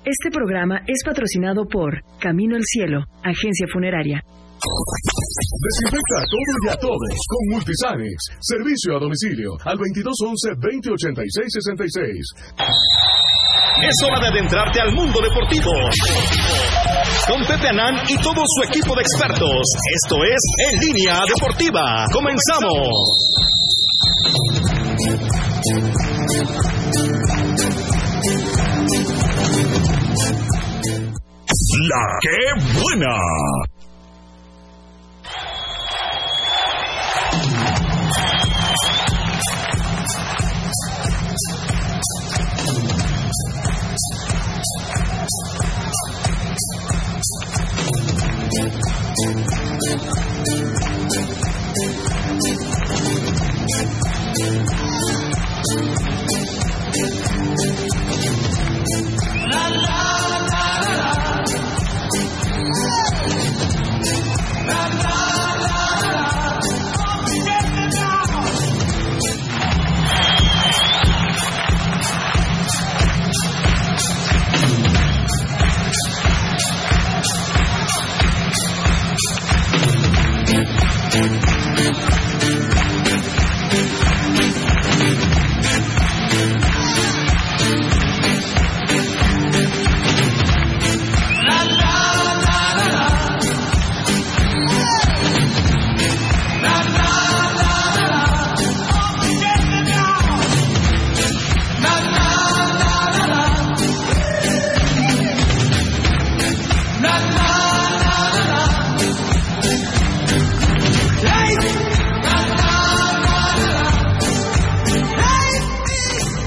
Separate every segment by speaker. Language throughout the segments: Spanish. Speaker 1: Este programa es patrocinado por Camino al Cielo, agencia funeraria.
Speaker 2: Desinfecta a todos y a todos con Multisanex. Servicio a domicilio al 2211-2086-66.
Speaker 3: Es hora de adentrarte al mundo deportivo. Con Pepe Anán y todo su equipo de expertos. Esto es En Línea Deportiva. Comenzamos.
Speaker 4: La que buena.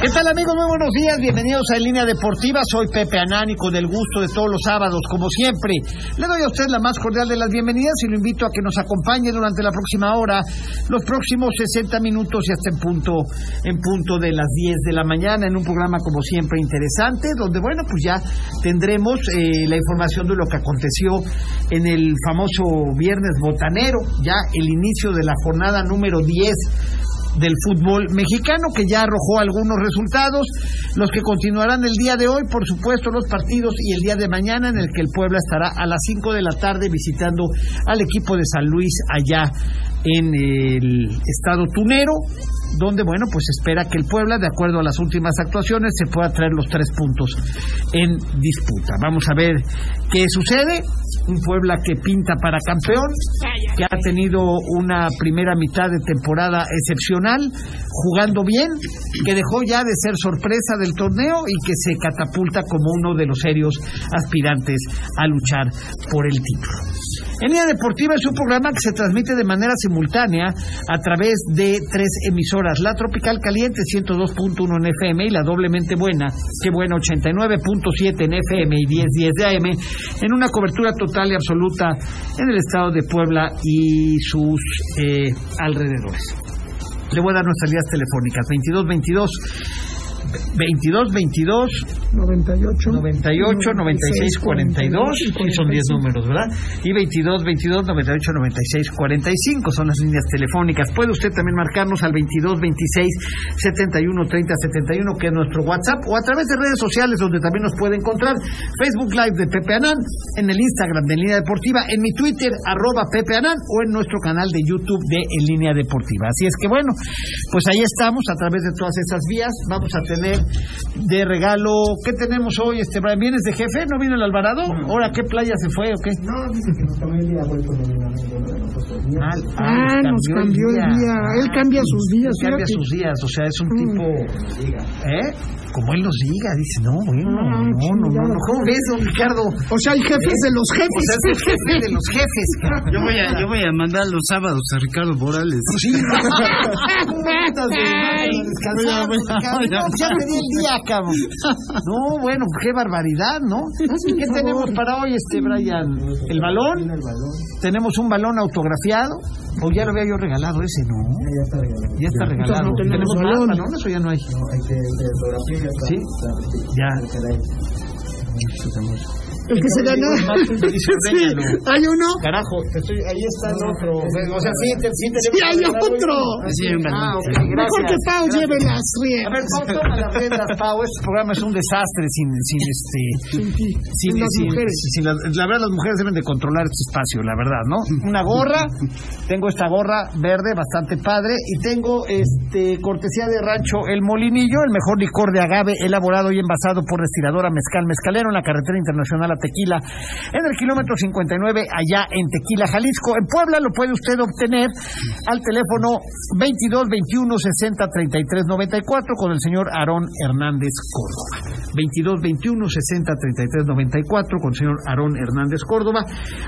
Speaker 5: ¿Qué tal amigos? Muy buenos días, bienvenidos a En Línea Deportiva, soy Pepe Anani con el gusto de todos los sábados, como siempre. Le doy a usted la más cordial de las bienvenidas y lo invito a que nos acompañe durante la próxima hora, los próximos 60 minutos y hasta en punto, en punto de las 10 de la mañana, en un programa como siempre interesante, donde bueno, pues ya tendremos eh, la información de lo que aconteció en el famoso viernes botanero, ya el inicio de la jornada número 10 del fútbol mexicano que ya arrojó algunos resultados, los que continuarán el día de hoy, por supuesto, los partidos y el día de mañana en el que el Puebla estará a las 5 de la tarde visitando al equipo de San Luis allá en el estado tunero, donde, bueno, pues espera que el Puebla, de acuerdo a las últimas actuaciones, se pueda traer los tres puntos en disputa. Vamos a ver qué sucede. Un Puebla que pinta para campeón, que ha tenido una primera mitad de temporada excepcional, jugando bien, que dejó ya de ser sorpresa del torneo y que se catapulta como uno de los serios aspirantes a luchar por el título. En línea deportiva es un programa que se transmite de manera simultánea a través de tres emisoras, la Tropical Caliente 102.1 en FM y la doblemente buena, que buena 89.7 en FM y 1010 10 de AM, en una cobertura total y absoluta en el estado de Puebla y sus eh, alrededores. Le voy a dar nuestras líneas telefónicas 22 22 22 22
Speaker 6: 98,
Speaker 5: 98 96 42 y son 10 números, ¿verdad? Y 22 22 98 96 45 son las líneas telefónicas. Puede usted también marcarnos al 22 26 71 30 71 que es nuestro WhatsApp o a través de redes sociales donde también nos puede encontrar Facebook Live de Pepe Anán, en el Instagram de En Línea Deportiva, en mi Twitter arroba Pepe Anán o en nuestro canal de YouTube de En Línea Deportiva. Así es que bueno, pues ahí estamos a través de todas esas vías. Vamos a tener de regalo. ¿Qué tenemos hoy, este Brian? ¿Vienes de jefe? ¿No vino el Alvarado? ¿Ahora qué playa se fue o qué?
Speaker 6: No, dice que nos cambió el día, güey, cuando vino, cuando vino, cuando vino.
Speaker 5: Ah,
Speaker 6: Ah, nos cambió el día. Él cambia sus días,
Speaker 5: Él cambia
Speaker 6: fíjate. Mm.
Speaker 5: sus días, o sea, es un tipo. ¿Eh? Como él nos diga, dice, no, bueno, no,
Speaker 6: Ah,
Speaker 5: no, no,
Speaker 6: chingada.
Speaker 5: no. ¿Cómo ves, don Ricardo? ¿Eh?
Speaker 6: O sea, hay jefes de los
Speaker 5: O sea, es el
Speaker 6: jefes.
Speaker 5: jefe de los jefes, cabrón.
Speaker 7: Yo voy, a, yo voy a mandar los sábados a Ricardo Morales.
Speaker 5: Sí. Putas, güey, no, descansamos, pues, cabrón. No, ya te di el día, cabrón. No, bueno, qué barbaridad, ¿no? ¿Qué tenemos para hoy, este Brian? ¿El balón? Tenemos un balón autografiado. O ya lo había yo regalado ese, ¿no? Ya está
Speaker 6: Entonces
Speaker 5: regalado.
Speaker 6: no tenemos
Speaker 5: ¿Tenemos más
Speaker 6: balón.
Speaker 5: balones o ya no hay?
Speaker 6: No, hay que
Speaker 5: Sí, Este, ya.
Speaker 8: El que se gana. Sí, hay uno.
Speaker 5: Carajo, te estoy- ahí está el otro. O sea, sí, te, sí
Speaker 8: Sí, hay otro.
Speaker 7: Sí, en verdad.
Speaker 5: Ah, ok,
Speaker 8: Mejor que
Speaker 5: gracias.
Speaker 8: Pau lleve las
Speaker 5: A ver,
Speaker 8: riegas.
Speaker 5: Pau, toma las riendas, Pau. Este programa es un desastre sin, sin este.
Speaker 8: Sin ti,
Speaker 5: sin-
Speaker 8: sin las
Speaker 5: sin-
Speaker 8: mujeres.
Speaker 5: sin las- la verdad, las mujeres deben de controlar este espacio, la verdad, ¿no? Una gorra, tengo esta gorra verde, bastante padre, y tengo este cortesía de rancho El Molinillo, el mejor licor de agave elaborado y envasado por destiladora Mezcal Mezcalero en la carretera internacional a Tequila, en el kilómetro 59, allá en Tequila, Jalisco. En Puebla lo puede usted obtener al teléfono 22 21 60 33 94 con el señor Aarón Hernández Córdoba. 22 21 60 33 94 con el señor Aarón Hernández Córdoba.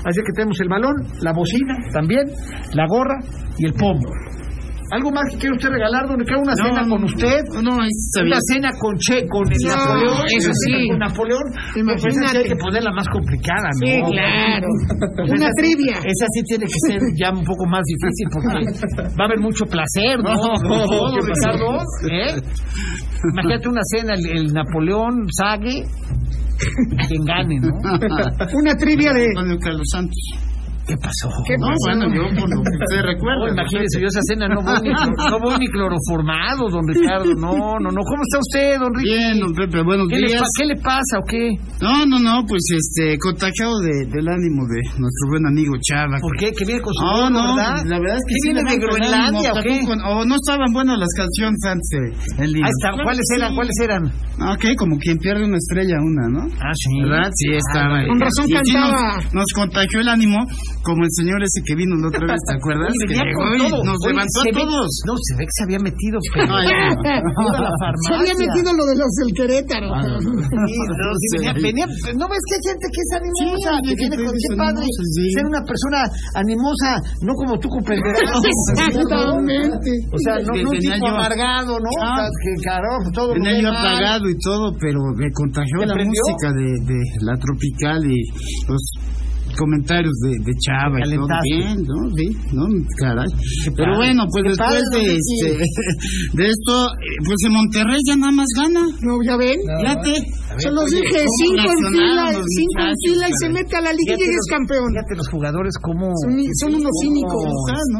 Speaker 5: Así que tenemos el balón, la bocina también, la gorra y el pombo. ¿Algo más que quiere usted regalar, donde Ricardo? ¿Una cena con usted?
Speaker 7: No, ahí está bien.
Speaker 5: Una cena con Che, con el
Speaker 8: No,
Speaker 5: Napoleón.
Speaker 8: eso
Speaker 5: Una cena
Speaker 8: sí.
Speaker 5: Con Napoleón.
Speaker 8: Imagínate.
Speaker 5: Pues esa sí hay que ponerla más complicada, ¿no?
Speaker 8: Sí, claro.
Speaker 5: Pues
Speaker 8: Una
Speaker 5: esa sí-
Speaker 8: trivia.
Speaker 5: Esa sí tiene que ser ya un poco más difícil porque va a haber mucho placer, ¿no?
Speaker 7: No,
Speaker 5: Todo,
Speaker 7: ¿qué pasó?
Speaker 5: Ricardo, ¿eh? Imagínate una cena, el, el Napoleón, Sague, quien gane, ¿no?
Speaker 8: Una trivia de.
Speaker 7: Con Carlos Santos.
Speaker 5: ¿Qué pasó?
Speaker 7: No, bueno, yo por lo que usted
Speaker 5: No,
Speaker 7: recuerda.
Speaker 5: imagínese, yo esa cena no voy, ni, clor- no voy ni cloroformado, don Ricardo. No, no, no. ¿Cómo está usted, don Ricardo?
Speaker 7: Bien, don Pepe, buenos
Speaker 5: ¿Qué le,
Speaker 7: días.
Speaker 5: pa- qué le pasa o qué?
Speaker 7: No, no, no, pues este, contagiado de, del ánimo de nuestro buen amigo Chava.
Speaker 5: ¿Por qué? ¿Qué viene con su
Speaker 7: No,
Speaker 5: gorro,
Speaker 7: no,
Speaker 5: verdad?
Speaker 7: la verdad es que
Speaker 5: ¿Qué
Speaker 7: sí
Speaker 5: viene de
Speaker 7: me van a dar
Speaker 5: Groenlandia o
Speaker 7: ánimo,
Speaker 5: qué?
Speaker 7: Cancún, o no estaban buenas las canciones antes de- en línea.
Speaker 5: Ahí está. ¿Cuáles eran? ¿Cuáles eran?
Speaker 7: Ah, Ok, como quien pierde una estrella, una, ¿no?
Speaker 5: Ah, sí.
Speaker 7: ¿Verdad? Sí, estaba.
Speaker 8: Con razón
Speaker 7: Y sí nos-
Speaker 8: cantaba.
Speaker 7: Nos, contagió el ánimo, como el señor ese que vino la otra vez, ¿te acuerdas?
Speaker 5: Oye,
Speaker 7: que
Speaker 5: venía
Speaker 7: llegó
Speaker 5: con
Speaker 7: y
Speaker 5: todo.
Speaker 7: nos
Speaker 5: Oye,
Speaker 7: levantó
Speaker 5: se
Speaker 7: a
Speaker 5: ve-
Speaker 7: todos.
Speaker 5: no, se ve que se había metido. pero-
Speaker 7: No, ya no.
Speaker 5: Iba a la
Speaker 8: Se había
Speaker 5: farmacia.
Speaker 8: metido lo de los del Querétaro.
Speaker 5: Sí, Ah, no, sí, venía- venía- pues, no ves que hay gente que es animosa,
Speaker 7: Sí,
Speaker 5: que
Speaker 7: hay
Speaker 5: tiene
Speaker 7: gente
Speaker 5: con
Speaker 7: que
Speaker 5: qué
Speaker 7: es
Speaker 5: padre
Speaker 7: animosa, pues, sí.
Speaker 5: ser una persona animosa, no como tú comprenderás.
Speaker 8: Exactamente.
Speaker 5: O sea, no, no un
Speaker 7: Venía
Speaker 5: tipo
Speaker 7: yo-
Speaker 5: amargado, ¿no? O sea, que carajo, todo lo
Speaker 7: Tenía
Speaker 5: ve
Speaker 7: yo
Speaker 5: mal.
Speaker 7: apagado y todo, pero me contagió
Speaker 5: ¿Te
Speaker 7: la
Speaker 5: prendió?
Speaker 7: música de, de la tropical y los comentarios de, de Chava y todo.
Speaker 5: Calentaste.
Speaker 7: Bien, ¿no? Sí, ¿no? Caray. Pero
Speaker 5: padre.
Speaker 7: bueno, pues
Speaker 5: Qué
Speaker 7: después
Speaker 5: padre,
Speaker 7: de,
Speaker 5: don
Speaker 7: este,
Speaker 5: Ricky.
Speaker 7: de esto, eh, pues en Monterrey ya nada más gana.
Speaker 8: No, ya ven.
Speaker 7: Fíjate.
Speaker 8: Se los dije,
Speaker 7: ¿cómo
Speaker 8: cinco en fila,
Speaker 7: reaccionaron los
Speaker 8: cinco en
Speaker 7: muchachos,
Speaker 8: fila y se
Speaker 7: caray?
Speaker 8: mete a la liga y
Speaker 5: Fíjate
Speaker 8: es
Speaker 5: los-
Speaker 8: campeón.
Speaker 5: Fíjate los jugadores como...
Speaker 8: Son, son unos cínicos.
Speaker 7: ¿no?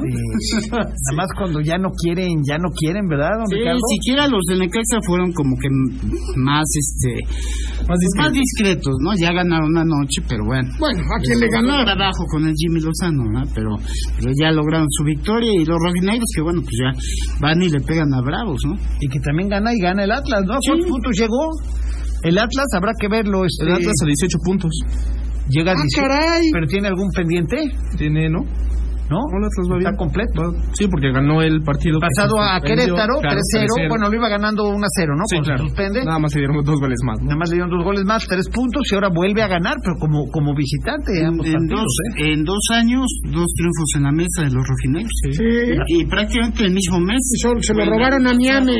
Speaker 5: Además cuando ya no quieren, ya no quieren, ¿verdad, don
Speaker 7: Sí,
Speaker 5: Ricardo?
Speaker 7: siquiera los de Necaxa fueron como que m- más este más discretos. ¿no? Ya ganaron una noche, pero bueno.
Speaker 8: Bueno, a quien le
Speaker 7: Ganó
Speaker 8: ganara.
Speaker 7: trabajo con el Jimmy Lozano, ¿verdad? Pero, pero ya lograron su victoria y los rojinegros que bueno, pues ya van y le pegan a Bravos, ¿no?
Speaker 5: Y que también gana y gana el Atlas, ¿no? ¿A cuántos puntos llegó? El Atlas habrá que verlo. Este,
Speaker 7: a 18 puntos.
Speaker 5: llega a
Speaker 8: Ah,
Speaker 5: 18,
Speaker 8: caray.
Speaker 5: pero tiene algún pendiente,
Speaker 9: Tiene, ¿no?
Speaker 5: ¿no?
Speaker 9: No, el Atlas va bien.
Speaker 5: Está completo.
Speaker 9: Sí, porque ganó el partido. que
Speaker 5: Pasado
Speaker 9: se
Speaker 5: a
Speaker 9: suspendió.
Speaker 5: Querétaro,
Speaker 9: Claro,
Speaker 5: 3-0. Bueno, lo iba ganando 1-0, ¿no?
Speaker 9: sí,
Speaker 5: Cuando se
Speaker 9: claro.
Speaker 5: suspende.
Speaker 9: Nada más se dieron dos goles más. ¿no?
Speaker 5: Nada más le dieron dos goles más, tres puntos, y ahora vuelve a ganar, pero como, como visitante.
Speaker 7: En,
Speaker 5: ambos
Speaker 7: en
Speaker 5: partidos,
Speaker 7: dos,
Speaker 5: ¿eh?
Speaker 7: en dos años, dos triunfos en la mesa de los rojinegros.
Speaker 8: Sí.
Speaker 7: Y, y prácticamente el mismo mes.
Speaker 8: Son- se lo robaron a Miami.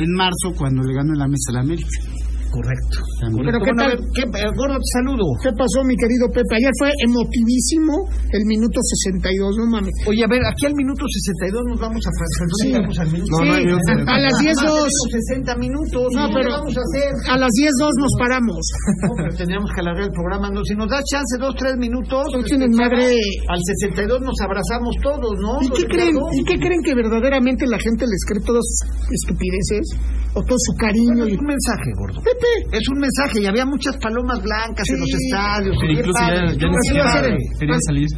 Speaker 7: En marzo, cuando le ganó la mesa a la América.
Speaker 5: Correcto.
Speaker 7: También.
Speaker 8: Pero ¿qué
Speaker 5: Bueno, a
Speaker 8: tal?
Speaker 5: ver, ¿qué- eh, Gordo, te saludo.
Speaker 8: ¿Qué pasó, mi querido Pepe? Ayer fue emotivísimo el minuto 62, no mames.
Speaker 5: Oye, a ver, aquí al minuto 62 nos vamos a...
Speaker 8: Sí.
Speaker 5: Vamos al minuto.
Speaker 8: Sí, a las 10.02.
Speaker 5: 60 minutos.
Speaker 8: No,
Speaker 5: ¿qué
Speaker 8: pero-
Speaker 5: vamos a hacer?
Speaker 8: A las 10.02 nos paramos.
Speaker 5: No, pero tendríamos que alargar el programa. No, si nos da chance, dos, tres minutos. este,
Speaker 8: No tienen madre.
Speaker 5: Al 62 nos abrazamos todos, ¿no?
Speaker 8: ¿Y qué
Speaker 5: Ricardo?
Speaker 8: creen? ¿Y qué creen que verdaderamente la gente les cree todas sus estupideces? O todo su cariño.
Speaker 5: Bueno,
Speaker 8: y-
Speaker 5: es un mensaje, gordo.
Speaker 8: Pepe,
Speaker 5: Es un mensaje y había muchas palomas blancas en los
Speaker 8: Sí.
Speaker 5: estadios.
Speaker 9: Pero
Speaker 5: Qué
Speaker 9: incluso
Speaker 5: padre.
Speaker 9: ya, ya
Speaker 5: Así
Speaker 9: ni
Speaker 5: va
Speaker 9: siquiera
Speaker 5: a ser el-
Speaker 9: querían salir.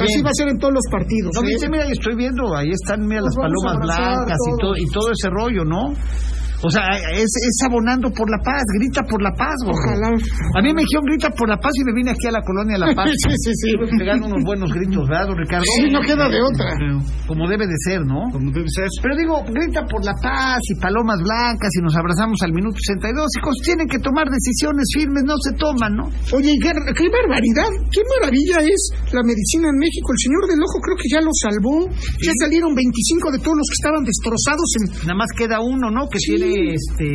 Speaker 8: así va a ser en todos los partidos.
Speaker 5: No,
Speaker 8: ¿eh?
Speaker 5: viste, mira, ahí estoy viendo, ahí están, mira,
Speaker 8: Nos
Speaker 5: las
Speaker 8: vamos
Speaker 5: palomas
Speaker 8: a abrazar
Speaker 5: blancas y todo,
Speaker 8: todos.
Speaker 5: y todo ese rollo, ¿no? O sea, es, es abonando por la paz, grita por la paz, gordo.
Speaker 8: Ojalá.
Speaker 5: A mí me dijeron grita por la paz y me vine aquí a la colonia La Paz.
Speaker 8: Sí, sí, sí.
Speaker 5: Estuve pegando unos buenos gritos, ¿verdad, don Ricardo?
Speaker 8: Sí, no queda de otra.
Speaker 5: Como debe de ser, ¿no? Como debe ser. Pero digo, grita por la paz y palomas blancas y nos abrazamos al minuto 62. Chicos, tienen que tomar decisiones firmes, no se toman, ¿no?
Speaker 8: Oye, qué, qué barbaridad, qué maravilla es la medicina en México. El señor del ojo creo que ya lo salvó. Ya salieron 25 de todos los que estaban destrozados en
Speaker 5: Nada más queda uno, ¿no? Que tiene tiene este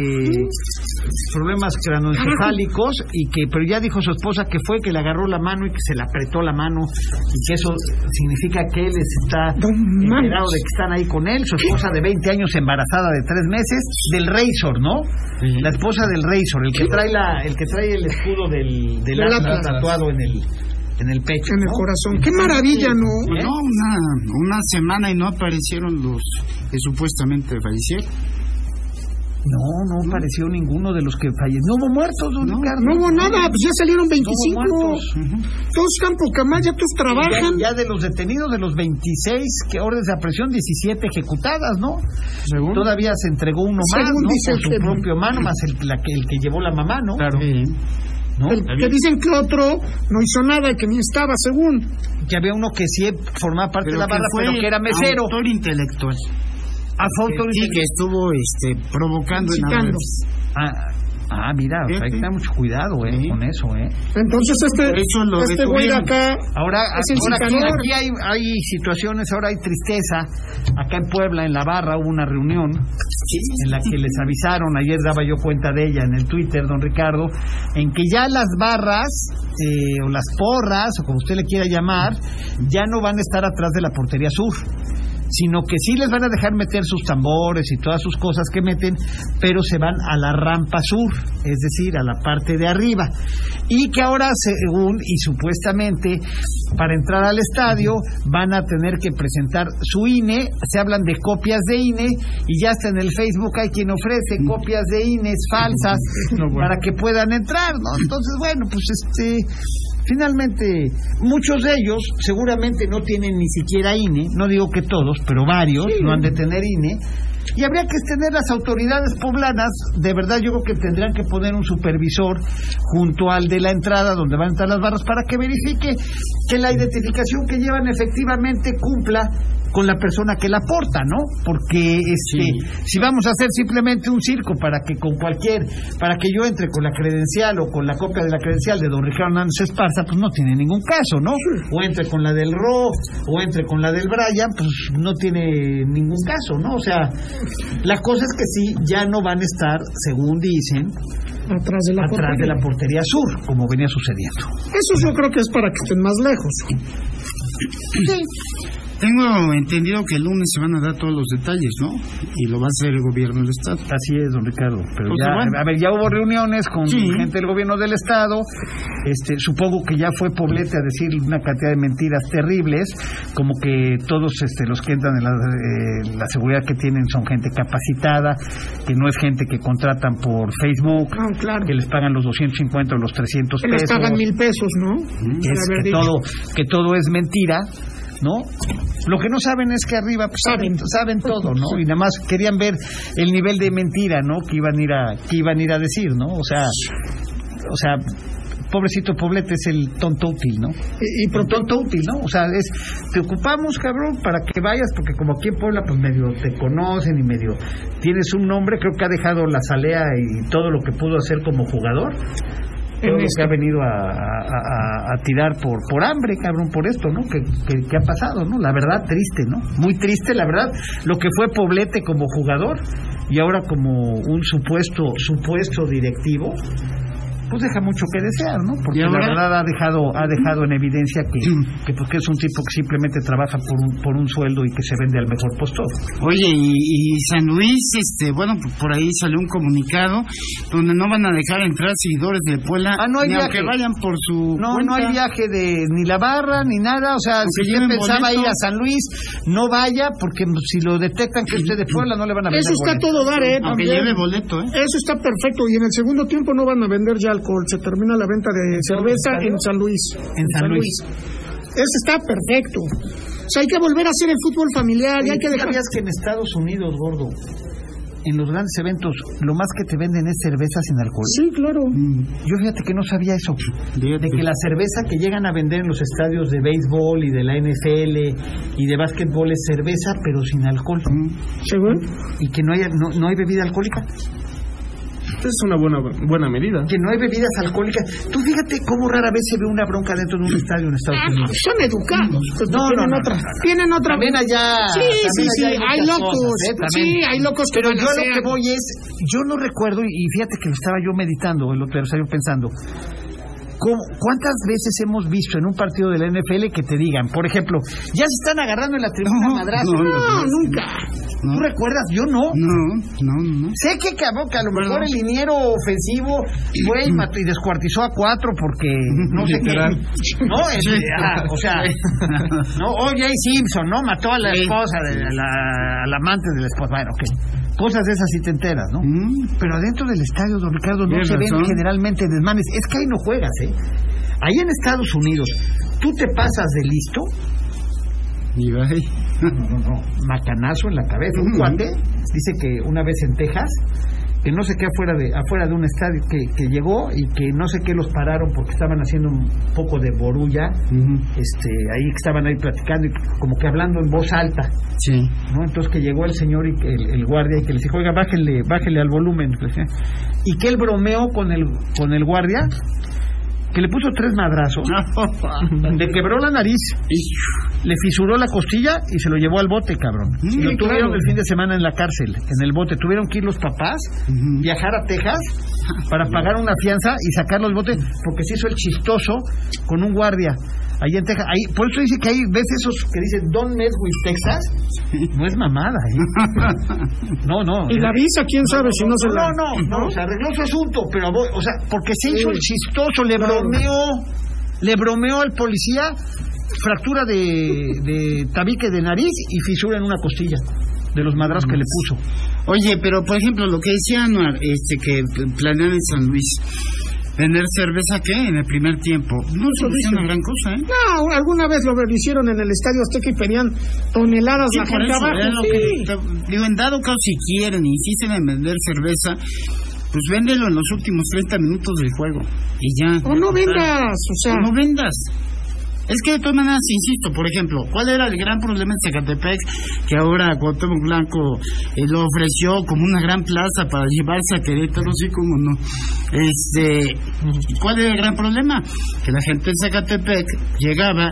Speaker 5: problemas cranoencefálicos y que pero ya dijo su esposa que fue que le agarró la mano y que se le apretó la mano y que eso significa que él está enterado de que están ahí con él su esposa de 20 años embarazada de 3 meses del Razor ¿no? la esposa del Razor el que trae la el que trae el escudo del del
Speaker 8: Del
Speaker 5: Atlas
Speaker 8: Atlas.
Speaker 5: tatuado en el en el pecho
Speaker 8: en el
Speaker 5: ¿no? ¿Eh?
Speaker 8: corazón. Qué maravilla, ¿no?
Speaker 7: Pues no, una, una semana y no aparecieron los que supuestamente fallecieron.
Speaker 5: no no apareció ninguno de los que fallecieron no hubo muertos don Ricardo
Speaker 8: No hubo nada, pues ya salieron
Speaker 5: No hubo
Speaker 8: 25.
Speaker 5: muertos.
Speaker 8: Todos están poca más, ya todos
Speaker 5: Ya,
Speaker 8: trabajan.
Speaker 5: ya de los detenidos, de los 26 que órdenes de aprehensión, 17 ejecutadas, ¿no?
Speaker 9: Según.
Speaker 5: Todavía se entregó uno más,
Speaker 8: Según
Speaker 5: ¿no?
Speaker 8: dice
Speaker 5: Por
Speaker 8: el
Speaker 5: su
Speaker 8: jefe.
Speaker 5: propio mano, más el, la que, el que llevó la mamá, ¿no?
Speaker 9: Claro.
Speaker 5: ¿No?
Speaker 8: El- que dicen que otro no hizo nada y que ni estaba, según.
Speaker 5: Que había uno que sí formaba parte de la barra, pero que era mesero.
Speaker 7: Autor intelectual.
Speaker 5: Ah, fue autor-
Speaker 7: Sí, que estuvo este, provocando en
Speaker 8: Incitando.
Speaker 7: adolescentes.
Speaker 5: Ah, ah, mira, o sea, hay que tener mucho cuidado, ¿eh?
Speaker 7: Sí.
Speaker 5: Con eso, ¿eh?
Speaker 8: Entonces
Speaker 7: Por
Speaker 8: este,
Speaker 7: eso lo
Speaker 8: este güey de
Speaker 7: detuvieron.
Speaker 8: acá,
Speaker 5: Ahora,
Speaker 8: Es el
Speaker 5: ahora aquí,
Speaker 8: citador.
Speaker 5: aquí hay, hay situaciones, ahora hay tristeza. Acá en Puebla, en la barra, hubo una reunión en la que les avisaron, ayer daba yo cuenta de ella en el Twitter, don Ricardo, en que ya las barras, eh, o las porras, o como usted le quiera llamar, ya no van a estar atrás de la portería sur sino que sí les van a dejar meter sus tambores y todas sus cosas que meten, pero se van a la rampa sur, es decir, a la parte de arriba. Y que ahora, según y supuestamente, para entrar al estadio van a tener que presentar su INE, se hablan de copias de INE, y ya está en el Facebook hay quien ofrece copias de INEs falsas para que puedan entrar, ¿no? Entonces, bueno, pues este... Finalmente, muchos de ellos seguramente no tienen ni siquiera INE, no digo que todos, pero varios no han de tener INE, y habría que tener las autoridades poblanas, de verdad yo creo que tendrían que poner un supervisor junto al de la entrada donde van a entrar las barras para que verifique que la identificación que llevan efectivamente cumpla con la persona que la porta, ¿no? Porque este, si vamos a hacer simplemente un circo para que con cualquier, para que yo entre con la credencial o con la copia de la credencial de don Ricardo Hernández Esparza, pues no tiene ningún caso, ¿no? O entre con la del Ro, o entre con la del Brian, pues no tiene ningún caso, ¿no? O sea, la cosa es que sí, ya no van a estar, según dicen,
Speaker 8: atrás de la
Speaker 5: atrás de la
Speaker 8: portería.
Speaker 5: portería sur, como venía sucediendo.
Speaker 8: Eso yo creo que es para que estén más lejos.
Speaker 7: Tengo entendido que el lunes se van a dar todos los detalles, ¿no? Y lo va a hacer el gobierno del Estado.
Speaker 5: Así es, don Ricardo. Pero
Speaker 7: Pues,
Speaker 5: ya,
Speaker 7: bueno.
Speaker 5: a ver, ya hubo reuniones con
Speaker 7: Sí.
Speaker 5: gente del gobierno del estado. Este, supongo que ya fue Poblete a decir una cantidad de mentiras terribles, como que todos este, los que entran en la, eh, la seguridad que tienen son gente capacitada, que no es gente que contratan por Facebook,
Speaker 8: Ah, claro.
Speaker 5: que les pagan los 250 o los 300
Speaker 8: Que les
Speaker 5: pesos
Speaker 8: pagan mil pesos, ¿no?
Speaker 5: que Mm, es
Speaker 8: Haber
Speaker 5: que
Speaker 8: dicho.
Speaker 5: todo, que todo es mentira, ¿no? Lo que no saben es que arriba pues, saben, saben todo, ¿no? Y nada más querían ver el nivel de mentira, ¿no? Que iban a ir a, que iban a ir a decir, ¿no? O sea, o sea, pobrecito Poblete es el tonto útil, ¿no?
Speaker 8: Y, y
Speaker 5: Pero
Speaker 8: pro-
Speaker 5: tonto útil, ¿no? O sea, es, te ocupamos, cabrón, para que vayas, porque como aquí en Puebla, pues medio te conocen y medio tienes un nombre, creo que ha dejado la salea y todo lo que pudo hacer como jugador. Todo lo que ha
Speaker 7: este
Speaker 5: venido a, a- a- a tirar por, por hambre, cabrón, por esto, ¿no? Que, que- que ha pasado, ¿no? La verdad, triste, ¿no? Muy triste, la verdad, lo que fue Poblete como jugador y ahora como un supuesto, supuesto directivo, pues deja mucho que desear, ¿no? Porque
Speaker 7: ¿Y
Speaker 5: la
Speaker 7: ahora?
Speaker 5: verdad ha dejado, ha dejado en evidencia que, que, pues, que es un tipo que simplemente trabaja por un, por un sueldo y que se vende al mejor postor.
Speaker 7: Oye, y, y San Luis, este, bueno, pues, por ahí salió un comunicado donde no van a dejar entrar seguidores de Puebla,
Speaker 5: Ah, no hay
Speaker 7: ni
Speaker 5: viaje.
Speaker 7: aunque vayan por su
Speaker 5: No,
Speaker 7: cuenta.
Speaker 5: no hay viaje de ni la barra ni nada. O sea,
Speaker 7: Aunque
Speaker 5: si usted
Speaker 7: lleven
Speaker 5: pensaba
Speaker 7: boleto.
Speaker 5: ir a San Luis, no vaya, porque si lo detectan que usted es de Puebla, no le van a vender
Speaker 8: Eso está
Speaker 5: boleto.
Speaker 8: todo dar, ¿eh?
Speaker 7: aunque
Speaker 8: También.
Speaker 7: lleve boleto, ¿eh?
Speaker 8: Eso está perfecto. Y en el segundo tiempo no van a vender ya alcohol. Se termina la venta de cerveza en San Luis.
Speaker 5: En San Luis.
Speaker 8: Eso está perfecto. O sea, hay que volver a hacer el fútbol familiar. Y hay que dejar.
Speaker 5: ¿Sabías que en Estados Unidos, gordo, en los grandes eventos, lo más que te venden es cerveza sin alcohol?
Speaker 8: Sí, claro.
Speaker 5: Yo fíjate que no sabía eso. De que la cerveza que llegan a vender en los estadios de béisbol y de la NFL y de básquetbol es cerveza, pero sin alcohol.
Speaker 8: Según.
Speaker 5: Y que no hay, no, no hay bebida alcohólica.
Speaker 9: Es una buena, buena medida.
Speaker 5: que no hay bebidas alcohólicas. Tú fíjate cómo rara vez se ve una bronca dentro de un estadio en Estados Unidos.
Speaker 8: Ah, Son educados. pues,
Speaker 5: No, no,
Speaker 8: tienen
Speaker 5: no,
Speaker 8: otra.
Speaker 5: no, no.
Speaker 8: Tienen otra.
Speaker 5: También allá.
Speaker 8: Sí,
Speaker 5: también
Speaker 8: sí, sí,
Speaker 5: allá
Speaker 8: hay
Speaker 5: muchas
Speaker 8: locos.
Speaker 5: cosas, ¿eh? También.
Speaker 8: Sí, hay locos que
Speaker 5: Pero
Speaker 8: van a
Speaker 5: yo a lo
Speaker 8: hacer.
Speaker 5: que voy es, yo no recuerdo, y y fíjate que lo estaba yo meditando, el otro día lo estaba yo pensando. ¿Cómo- ¿Cuántas veces hemos visto en un partido de la NFL que te digan, por ejemplo, ya se están agarrando en la tribuna
Speaker 7: No,
Speaker 5: madrazo?
Speaker 7: no, no, no.
Speaker 5: nunca.
Speaker 7: No.
Speaker 5: ¿Tú recuerdas? Yo no.
Speaker 7: No, no, no.
Speaker 5: Sé que cabrón, que a lo mejor
Speaker 7: Perdón.
Speaker 5: el liniero ofensivo fue y, mató- y descuartizó a cuatro porque no sé
Speaker 9: Literal.
Speaker 5: qué. No, es, ah, o sea, no, O.J. Simpson, ¿no? Mató a la esposa, de la, la- al amante de la esposa. Bueno, ok. Cosas de esas sí te enteras, ¿no?
Speaker 7: Mm,
Speaker 5: Pero adentro del estadio, don Ricardo, no
Speaker 7: Tienes
Speaker 5: se ven
Speaker 7: razón.
Speaker 5: generalmente desmanes. Es que ahí no juegas, ¿eh? Ahí en Estados Unidos, tú te pasas de listo,
Speaker 7: y va ahí.
Speaker 5: no, no, no, macanazo en la cabeza. Un
Speaker 7: Ujú.
Speaker 5: cuate dice que una vez en Texas, que no sé qué afuera de, afuera de un estadio, que, que llegó y que no sé qué los pararon porque estaban haciendo un poco de borulla,
Speaker 7: Ujú,
Speaker 5: este, ahí que estaban ahí platicando y como que hablando en voz alta,
Speaker 7: Sí.
Speaker 5: ¿no? Entonces que llegó el señor y que el, el guardia y que les dijo, oiga, bájele, bájele al volumen. le decía. Y que él bromeó con el, con el guardia, que le puso tres madrazos, le quebró la nariz le fisuró la costilla y se lo llevó al bote, cabrón.
Speaker 7: Sí,
Speaker 5: Y lo tuvieron
Speaker 7: claro.
Speaker 5: el fin de semana en la cárcel, en el bote. Tuvieron que ir los papás,
Speaker 7: Ujú.
Speaker 5: viajar a Texas para pagar una fianza y sacarlo al bote, porque se hizo el chistoso con un guardia. Ahí en Texas, ahí, por eso dice que hay, ¿ves esos que dicen Don Medway, Texas? No es mamada, ¿eh? No, no.
Speaker 8: Y la visa, quién sabe si no se la.
Speaker 5: No, no, no, se arregló su asunto, pero, voy- o sea, porque se hizo el chistoso, le bromeó, le bromeó al policía, fractura de, de tabique de nariz y fisura en una costilla de los madrazos que le puso.
Speaker 7: Oye, pero por ejemplo, lo que decía Anuar, este, que planean en San Luis. Vender cerveza, ¿qué? En el primer tiempo. No soluciona gran cosa, ¿eh?
Speaker 8: No, alguna vez lo hicieron en el estadio Azteca y pedían toneladas
Speaker 7: Sí,
Speaker 8: la
Speaker 7: por
Speaker 8: gente
Speaker 7: eso,
Speaker 8: abajo.
Speaker 7: es lo
Speaker 8: Sí.
Speaker 7: que te- digo, en dado caso, si quieren, insisten en vender cerveza, pues véndelo en los últimos 30 minutos del juego. Y ya.
Speaker 8: O no vendas, o sea.
Speaker 7: O Pues no vendas. Es que de todas maneras, insisto, por ejemplo, ¿cuál era el gran problema en Zacatepec que ahora Cuauhtémoc Blanco eh, lo ofreció como una gran plaza para llevarse a Querétaro, sí como no? Este, ¿Cuál era el gran problema? Que la gente de Zacatepec llegaba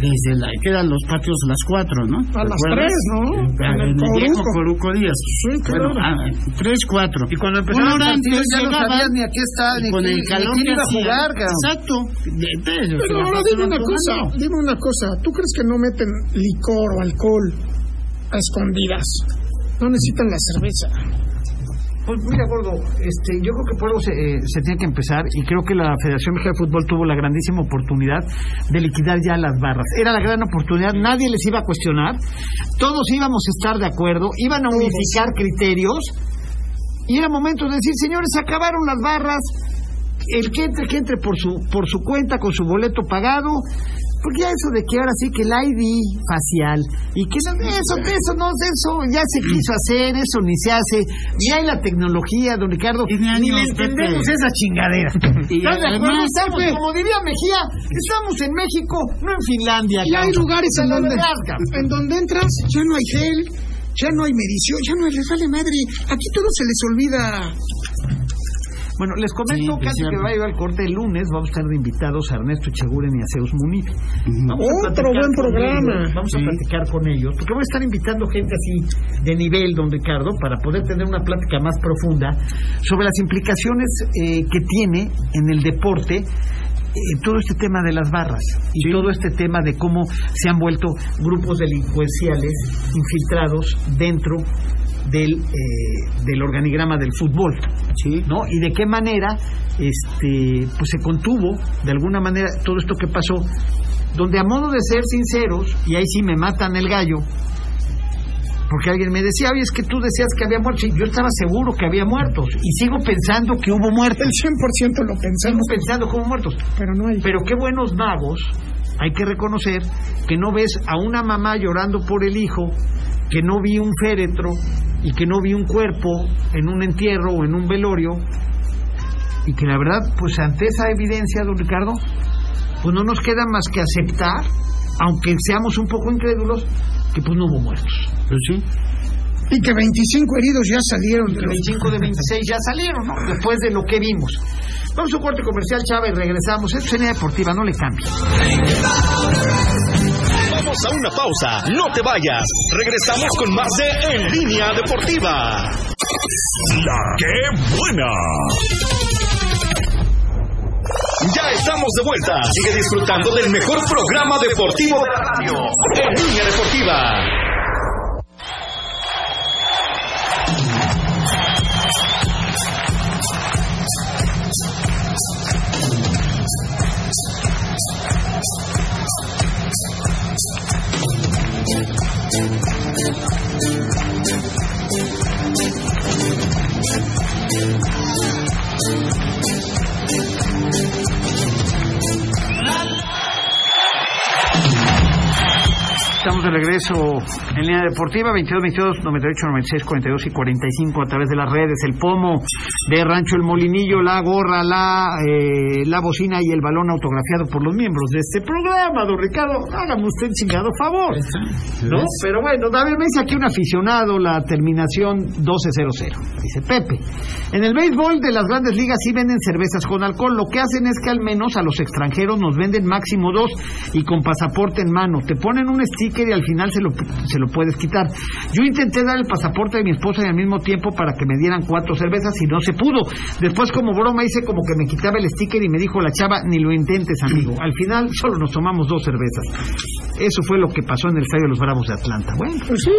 Speaker 7: desde la que eran los patios a las 4, ¿no?
Speaker 8: A las
Speaker 7: ¿Recuerdas?
Speaker 8: tres, ¿no?
Speaker 7: En el
Speaker 8: En el
Speaker 7: viejo
Speaker 8: Coruco.
Speaker 7: Coruco Díaz.
Speaker 8: Sí, claro.
Speaker 7: Bueno, ah, 3, 4.
Speaker 5: Y cuando empezó el partido pues, ya no sabías ni a qué está, ni,
Speaker 7: con
Speaker 5: qué-
Speaker 7: el
Speaker 5: ni
Speaker 7: calor
Speaker 5: quién
Speaker 7: que
Speaker 5: iba a
Speaker 7: hacía.
Speaker 5: jugar, cabrón.
Speaker 7: Exacto. De- de-
Speaker 8: Pero ahora dime una cosa, dime una cosa. ¿Tú crees que no meten licor o alcohol a escondidas? No necesitan la cerveza.
Speaker 5: Pues mira, gordo, este, yo creo que por algo se, eh, se tiene que empezar y creo que la Federación Mexicana de Fútbol tuvo la grandísima oportunidad de liquidar ya las barras. Era la gran oportunidad, nadie les iba a cuestionar, todos íbamos a estar de acuerdo, iban a unificar criterios y era momento de decir, señores, se acabaron las barras, el que entre, que entre por su, por su cuenta, con su boleto pagado. Porque ya eso de que ahora sí que el ID facial y que no, eso, eso no, eso ya se quiso hacer, eso ni se hace, ni hay la tecnología, don Ricardo,
Speaker 7: Y de
Speaker 5: ni le
Speaker 7: años,
Speaker 5: entendemos
Speaker 7: Pepe.
Speaker 5: esa chingadera.
Speaker 7: Y
Speaker 5: ¿Estás de acuerdo?
Speaker 7: además,
Speaker 5: Estamos,
Speaker 7: Pepe.
Speaker 5: como diría Mejía, estamos en México, no en Finlandia.
Speaker 8: Y hay
Speaker 5: cabrón.
Speaker 8: lugares
Speaker 5: Esa es
Speaker 8: en
Speaker 5: la
Speaker 8: donde,
Speaker 5: verdad, cabrón.
Speaker 8: en donde entras, ya no hay gel, ya no hay medición, ya no les vale madre. Aquí todo se les olvida.
Speaker 5: Bueno, les comento
Speaker 7: Sí, es
Speaker 5: casi que
Speaker 7: cierto.
Speaker 5: va a llevar el corte el lunes. Vamos a estar de invitados a Ernesto Echeguren y a Zeus Muniz. Vamos a
Speaker 8: Otro
Speaker 5: platicar
Speaker 8: buen
Speaker 5: con
Speaker 8: programa.
Speaker 5: ellos, Vamos a platicar con ellos, porque voy a estar invitando gente así de nivel, don Ricardo, para poder tener una plática más profunda sobre las implicaciones eh, que tiene en el deporte eh, todo este tema de las barras y todo este tema de cómo se han vuelto grupos delincuenciales infiltrados dentro del, eh, del organigrama del fútbol, ¿no? Y de qué manera este, pues se contuvo de alguna manera todo esto que pasó, donde a modo de ser sinceros, y ahí sí me matan el gallo, porque alguien me decía, oye, es que tú decías que había muertos, y yo estaba seguro que había muertos, y sigo pensando que hubo muertos,
Speaker 8: El 100% lo
Speaker 5: sigo
Speaker 8: pensamos,
Speaker 5: pensando que hubo muertos,
Speaker 8: pero no hay.
Speaker 5: pero qué buenos magos, hay que reconocer que no ves a una mamá llorando por el hijo, que no vi un féretro y que no vi un cuerpo en un entierro o en un velorio, y que la verdad, pues ante esa evidencia, don Ricardo, pues no nos queda más que aceptar, aunque seamos un poco incrédulos, que pues no hubo muertos.
Speaker 7: Pues sí.
Speaker 8: y que 25 heridos ya salieron de los
Speaker 5: 25 de 26 ya salieron, ¿no? Después de lo que vimos. Vamos a un corte comercial, Chávez, regresamos. Esto es Línea Deportiva, no le cambies.
Speaker 3: Vamos a una pausa, no te vayas. Regresamos con más de En Línea Deportiva.
Speaker 4: La que buena.
Speaker 3: Ya estamos de vuelta. Sigue disfrutando del mejor programa deportivo de la radio. En Línea Deportiva.
Speaker 5: Estamos de regreso en línea deportiva 22, 22, 98, 96, 42 y 45 a través de las redes. El pomo de Rancho El Molinillo, la gorra, la, eh, la bocina y el balón autografiado por los miembros de este programa, don Ricardo. Hágame usted el chingado favor. ¿No? Pero bueno, David me dice aquí un aficionado la terminación 1200. Dice Pepe. En el béisbol de las grandes ligas sí venden cervezas con alcohol. Lo que hacen es que al menos a los extranjeros nos venden máximo dos y con pasaporte en mano. Te ponen un sticker y al final se lo, se lo puedes quitar. Yo intenté dar el pasaporte de mi esposa y al mismo tiempo para que me dieran cuatro cervezas y no se pudo. Después como broma hice como que me quitaba el sticker y me dijo la chava, ni lo intentes amigo. Al final solo nos tomamos dos cervezas. Eso fue lo que pasó en el Estadio de los Bravos de Atlanta. Bueno,
Speaker 8: Pues sí,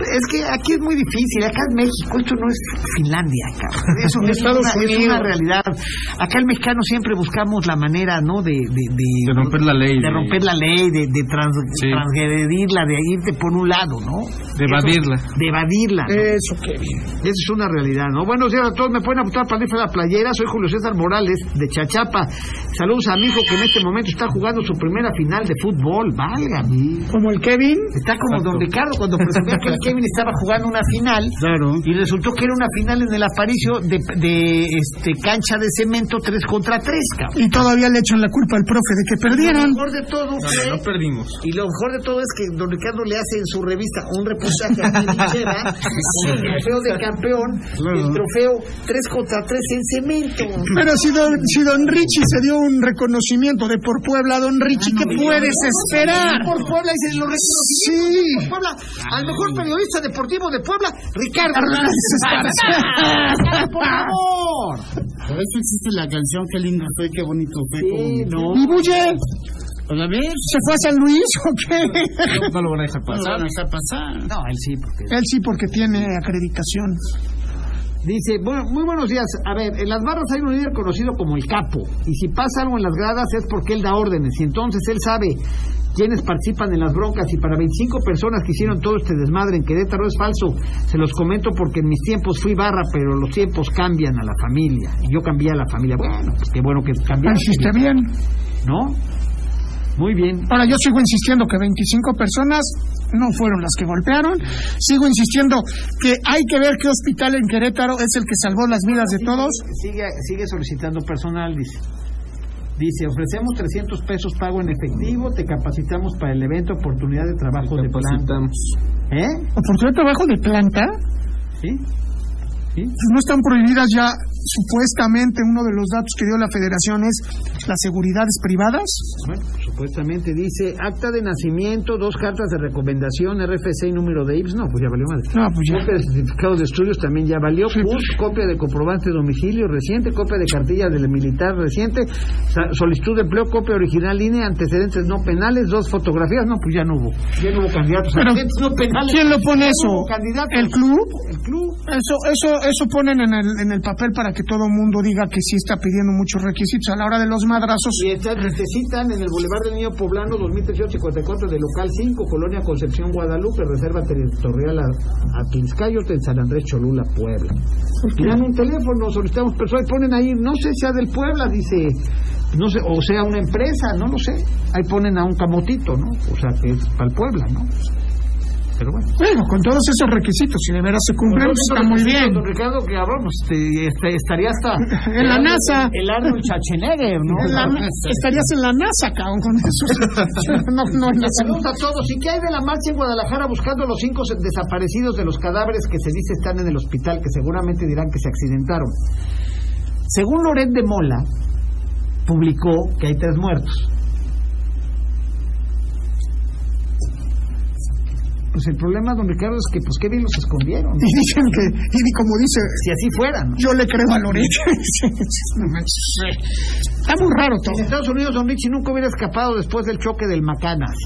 Speaker 5: es que aquí es muy difícil, acá es México, esto no es Finlandia, cabrón. Eso es,
Speaker 8: Estados
Speaker 5: una, es
Speaker 8: Unidos.
Speaker 5: una realidad. Acá el mexicano siempre buscamos la manera, ¿no? De, de,
Speaker 9: De romper la ley,
Speaker 5: De
Speaker 9: de-
Speaker 5: romper la ley, de, de trans-
Speaker 9: Sí.
Speaker 5: transgredirla, de irte por un lado, ¿no?
Speaker 9: De evadirla.
Speaker 5: De evadirla. ¿no?
Speaker 8: eso que bien.
Speaker 5: Esa es una realidad, ¿no? Buenos días a todos, me pueden apuntar para el rifle de la playera, soy Julio César Morales de Chachapa. Saludos a mi hijo que en este momento está jugando su primera final de fútbol, válgame.
Speaker 8: Como el Kevin,
Speaker 5: Está como don Ricardo cuando presumía que el Kevin estaba jugando una final
Speaker 7: Claro.
Speaker 5: y resultó que era una final en el aparicio de, de, este cancha de cemento 3 contra 3, cabrón.
Speaker 8: y todavía le echan la culpa al profe de que
Speaker 5: Lo
Speaker 8: perdieron.
Speaker 5: mejor de todo fue-
Speaker 9: No perdimos.
Speaker 5: y lo mejor de todo es que don Ricardo le hace en su revista un reportaje a Miguel Chera con el trofeo de campeón, el trofeo 3 contra 3 en cemento.
Speaker 8: Pero si don, si don Richie se dio un reconocimiento de por Puebla, don Richie, ¿qué puedes esperar?
Speaker 5: Por Puebla y se lo
Speaker 8: Sí.
Speaker 5: reconocimientos por Puebla al mejor periodista deportivo de Puebla, Ricardo
Speaker 8: Hernández Esparza.
Speaker 5: Por favor.
Speaker 7: Por eso existe la canción Qué lindo soy, qué bonito soy.
Speaker 5: Sí, no.
Speaker 8: ¿Y Bulle?
Speaker 7: Pues a ver,
Speaker 8: ¿Se fue a San Luis o qué?
Speaker 9: No lo van a dejar
Speaker 7: no
Speaker 9: pasar.
Speaker 7: van a dejar pasar.
Speaker 5: No, él sí, porque
Speaker 8: Él sí, porque tiene acreditación.
Speaker 5: Dice, bueno, muy buenos días. A ver, en las barras hay un líder conocido como el capo. Y si pasa algo en las gradas es porque él da órdenes. Y entonces él sabe quiénes participan en las broncas. Y para 25 personas que hicieron todo este desmadre en Querétaro es falso. Se los comento porque en mis tiempos fui barra, pero los tiempos cambian a la familia. Y yo cambié a la familia. Bueno, pues qué bueno que
Speaker 8: Lo
Speaker 5: cambiaste,
Speaker 8: hiciste Ah, bien.
Speaker 5: ¿no? Muy bien.
Speaker 8: Ahora, yo sigo insistiendo que 25 personas no fueron las que golpearon. Sigo insistiendo que hay que ver qué hospital en Querétaro es el que salvó las vidas de todos.
Speaker 5: Sigue, sigue solicitando personal, dice. Dice, ofrecemos 300 pesos pago en efectivo, te capacitamos para el evento, oportunidad de trabajo de planta.
Speaker 9: Capacitamos.
Speaker 5: ¿Eh?
Speaker 8: Oportunidad de trabajo de planta. Pues
Speaker 5: ¿Sí?
Speaker 8: No están prohibidas ya, supuestamente, uno de los datos que dio la federación es las seguridades privadas.
Speaker 5: Bueno, supuestamente dice, acta de nacimiento, dos cartas de recomendación, RFC y número de IPS. No, pues ya valió madre.
Speaker 8: No, pues ya. pues.
Speaker 5: Copia de certificados de estudios también ya valió. CUS, copia de comprobante de domicilio reciente, copia de cartilla del militar reciente, sa- solicitud de empleo, copia original, línea, antecedentes no penales, dos fotografías. No, pues ya no hubo. Ya no hubo candidatos.
Speaker 8: Pero,
Speaker 5: Antecedentes no penales.
Speaker 8: ¿Quién lo pone eso?
Speaker 5: Hubo candidatos.
Speaker 8: ¿El club?
Speaker 5: El club.
Speaker 8: Eso, eso, eso ponen en el, en el papel para que todo el mundo diga que sí está pidiendo muchos requisitos. A la hora de los madrazos,
Speaker 5: Y estas necesitan en el Boulevard del Niño Poblano 2354 de local 5, Colonia Concepción Guadalupe, Reserva Territorial a, Quinscayos en San Andrés Cholula, Puebla. Y dan un teléfono, solicitamos personas, y ponen ahí, no sé, sea del Puebla, dice, no sé, o sea una empresa, no lo sé. Ahí ponen a un camotito, ¿no? O sea, que es para el Puebla, ¿no?
Speaker 7: pero bueno.
Speaker 8: Bueno, con todos esos requisitos, si de veras se cumplen, pues está muy bien.
Speaker 5: Don Ricardo, que hablamos, este, este, estaría hasta.
Speaker 8: En la NASA.
Speaker 5: El Arnold Schwarzenegger, ¿no?
Speaker 8: En la- estarías en la NASA, cabrón, con esos. No, no, en la
Speaker 5: Pues
Speaker 8: salud.
Speaker 5: Pregunta a todos, ¿y qué hay de la marcha en Guadalajara buscando a los cinco se- desaparecidos de los cadáveres que se dice están en el hospital, que seguramente dirán que se accidentaron? Según Loret de Mola, publicó que hay tres muertos. Pues el problema, don Ricardo, es que, pues, qué bien los escondieron.
Speaker 8: Y dicen que, y di- como dice,
Speaker 5: Si así fuera, ¿no?
Speaker 8: yo le creo a Loretta. No manches. Está muy raro
Speaker 5: En
Speaker 8: todo.
Speaker 5: Estados Unidos, don Richie nunca hubiera escapado después del choque del Macanas.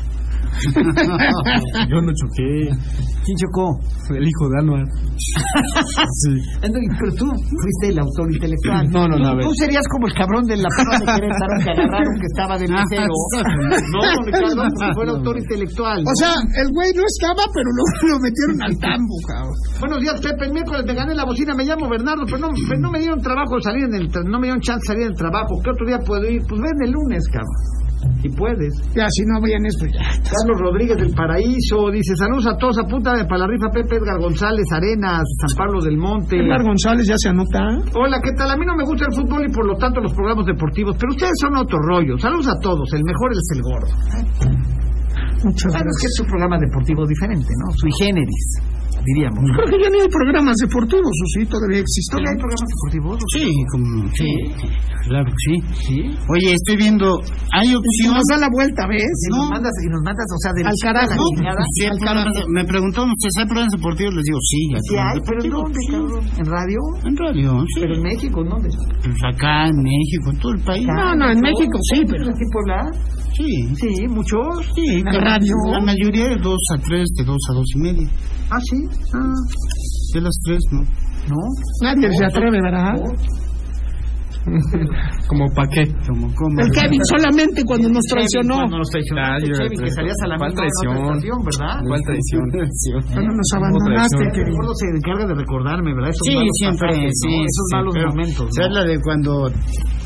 Speaker 9: Yo no choqué.
Speaker 5: ¿Quién chocó?
Speaker 9: El hijo de Anuar.
Speaker 5: Entonces, Pero tú fuiste el autor intelectual.
Speaker 9: No, no, no, a ver.
Speaker 5: Tú serías como el cabrón de la prueba de Querétaro que agarraron que estaba
Speaker 8: Ah,
Speaker 5: de mesero. No, don Ricardo,
Speaker 7: pues,
Speaker 5: porque fue el autor intelectual.
Speaker 8: O sea, el güey no estaba, pero lo, lo metieron al tambo, cabrón.
Speaker 5: Buenos días, Pepe. El miércoles me gané la bocina. Me llamo Bernardo, pero no, pero no me dieron trabajo de salir en el tra- no me dieron chance de salir del trabajo. ¿Qué otro día puedo ir? Pues ven el lunes, cabrón. Si puedes.
Speaker 8: Ya, si no habían eso, ya.
Speaker 5: Carlos Rodríguez del Paraíso dice: Saludos a todos, apúntame para la rifa Pepe Edgar González, Arenas, San Pablo del Monte.
Speaker 8: Edgar González ya se anota.
Speaker 5: Hola, ¿qué tal? A mí no me gusta el fútbol y por lo tanto los programas deportivos, pero ustedes son otro rollo. Saludos a todos, el mejor es el gordo.
Speaker 8: Muchas
Speaker 5: Claro, es que
Speaker 8: gracias.
Speaker 5: es un programa deportivo diferente, ¿no? Sui generis, diríamos.
Speaker 8: Creo que ya ni hay programas deportivos, o sí, todavía existen.
Speaker 5: ¿Todavía hay programas deportivos?
Speaker 7: Sí, como, sí, claro que sí. Oye, estoy viendo, hay
Speaker 8: Y
Speaker 7: opción.
Speaker 8: nos da la vuelta, ¿ves?
Speaker 5: Y nos mandas, y nos mandas, o sea, de
Speaker 8: Al carajo.
Speaker 5: la chingada.
Speaker 7: Sí, hay programas- me preguntaron ustedes, ¿hay programas deportivos? Les digo, sí. hay
Speaker 5: Sí hay,
Speaker 7: programas
Speaker 5: pero ¿en dónde,
Speaker 7: deportivos,
Speaker 5: cabrón? ¿En radio?
Speaker 7: sí. En radio, sí.
Speaker 5: Pero en México, ¿en dónde?
Speaker 7: Pues acá en México, en todo el país.
Speaker 8: No, no, en México sí, pero.
Speaker 5: ¿Aquí en Puebla?
Speaker 7: Sí,
Speaker 5: Sí, muchos.
Speaker 7: sí. En
Speaker 8: radio.
Speaker 7: La mayoría de 2 a 3, de 2 a 2 y media.
Speaker 5: Ah, sí. Ah,
Speaker 7: De las 3, ¿no?
Speaker 5: no.
Speaker 8: Nadie se atreve, ¿verdad?
Speaker 9: Como pa' qué.
Speaker 7: Como como.
Speaker 8: El Kevin solamente cuando nos traicionó.
Speaker 5: Cuando nos
Speaker 9: Ah,
Speaker 5: traicionaste,
Speaker 9: yo-
Speaker 5: Chevy, que salías a la
Speaker 9: ¿Cuál
Speaker 5: misma hora en otra
Speaker 9: traición?
Speaker 5: estación, ¿verdad?
Speaker 9: ¿Cuál traición?
Speaker 8: Cuando nos
Speaker 9: Otra
Speaker 8: abandonaste,
Speaker 5: El
Speaker 8: Kevin.
Speaker 5: gordo se encarga de recordarme, ¿verdad? Esos
Speaker 7: Sí,
Speaker 5: malos
Speaker 7: siempre,
Speaker 5: pasajes,
Speaker 7: sí.
Speaker 5: ¿no? Esos
Speaker 7: sí,
Speaker 5: malos
Speaker 7: pero,
Speaker 5: momentos.
Speaker 7: ¿Sabes
Speaker 5: ¿no?
Speaker 7: la de cuando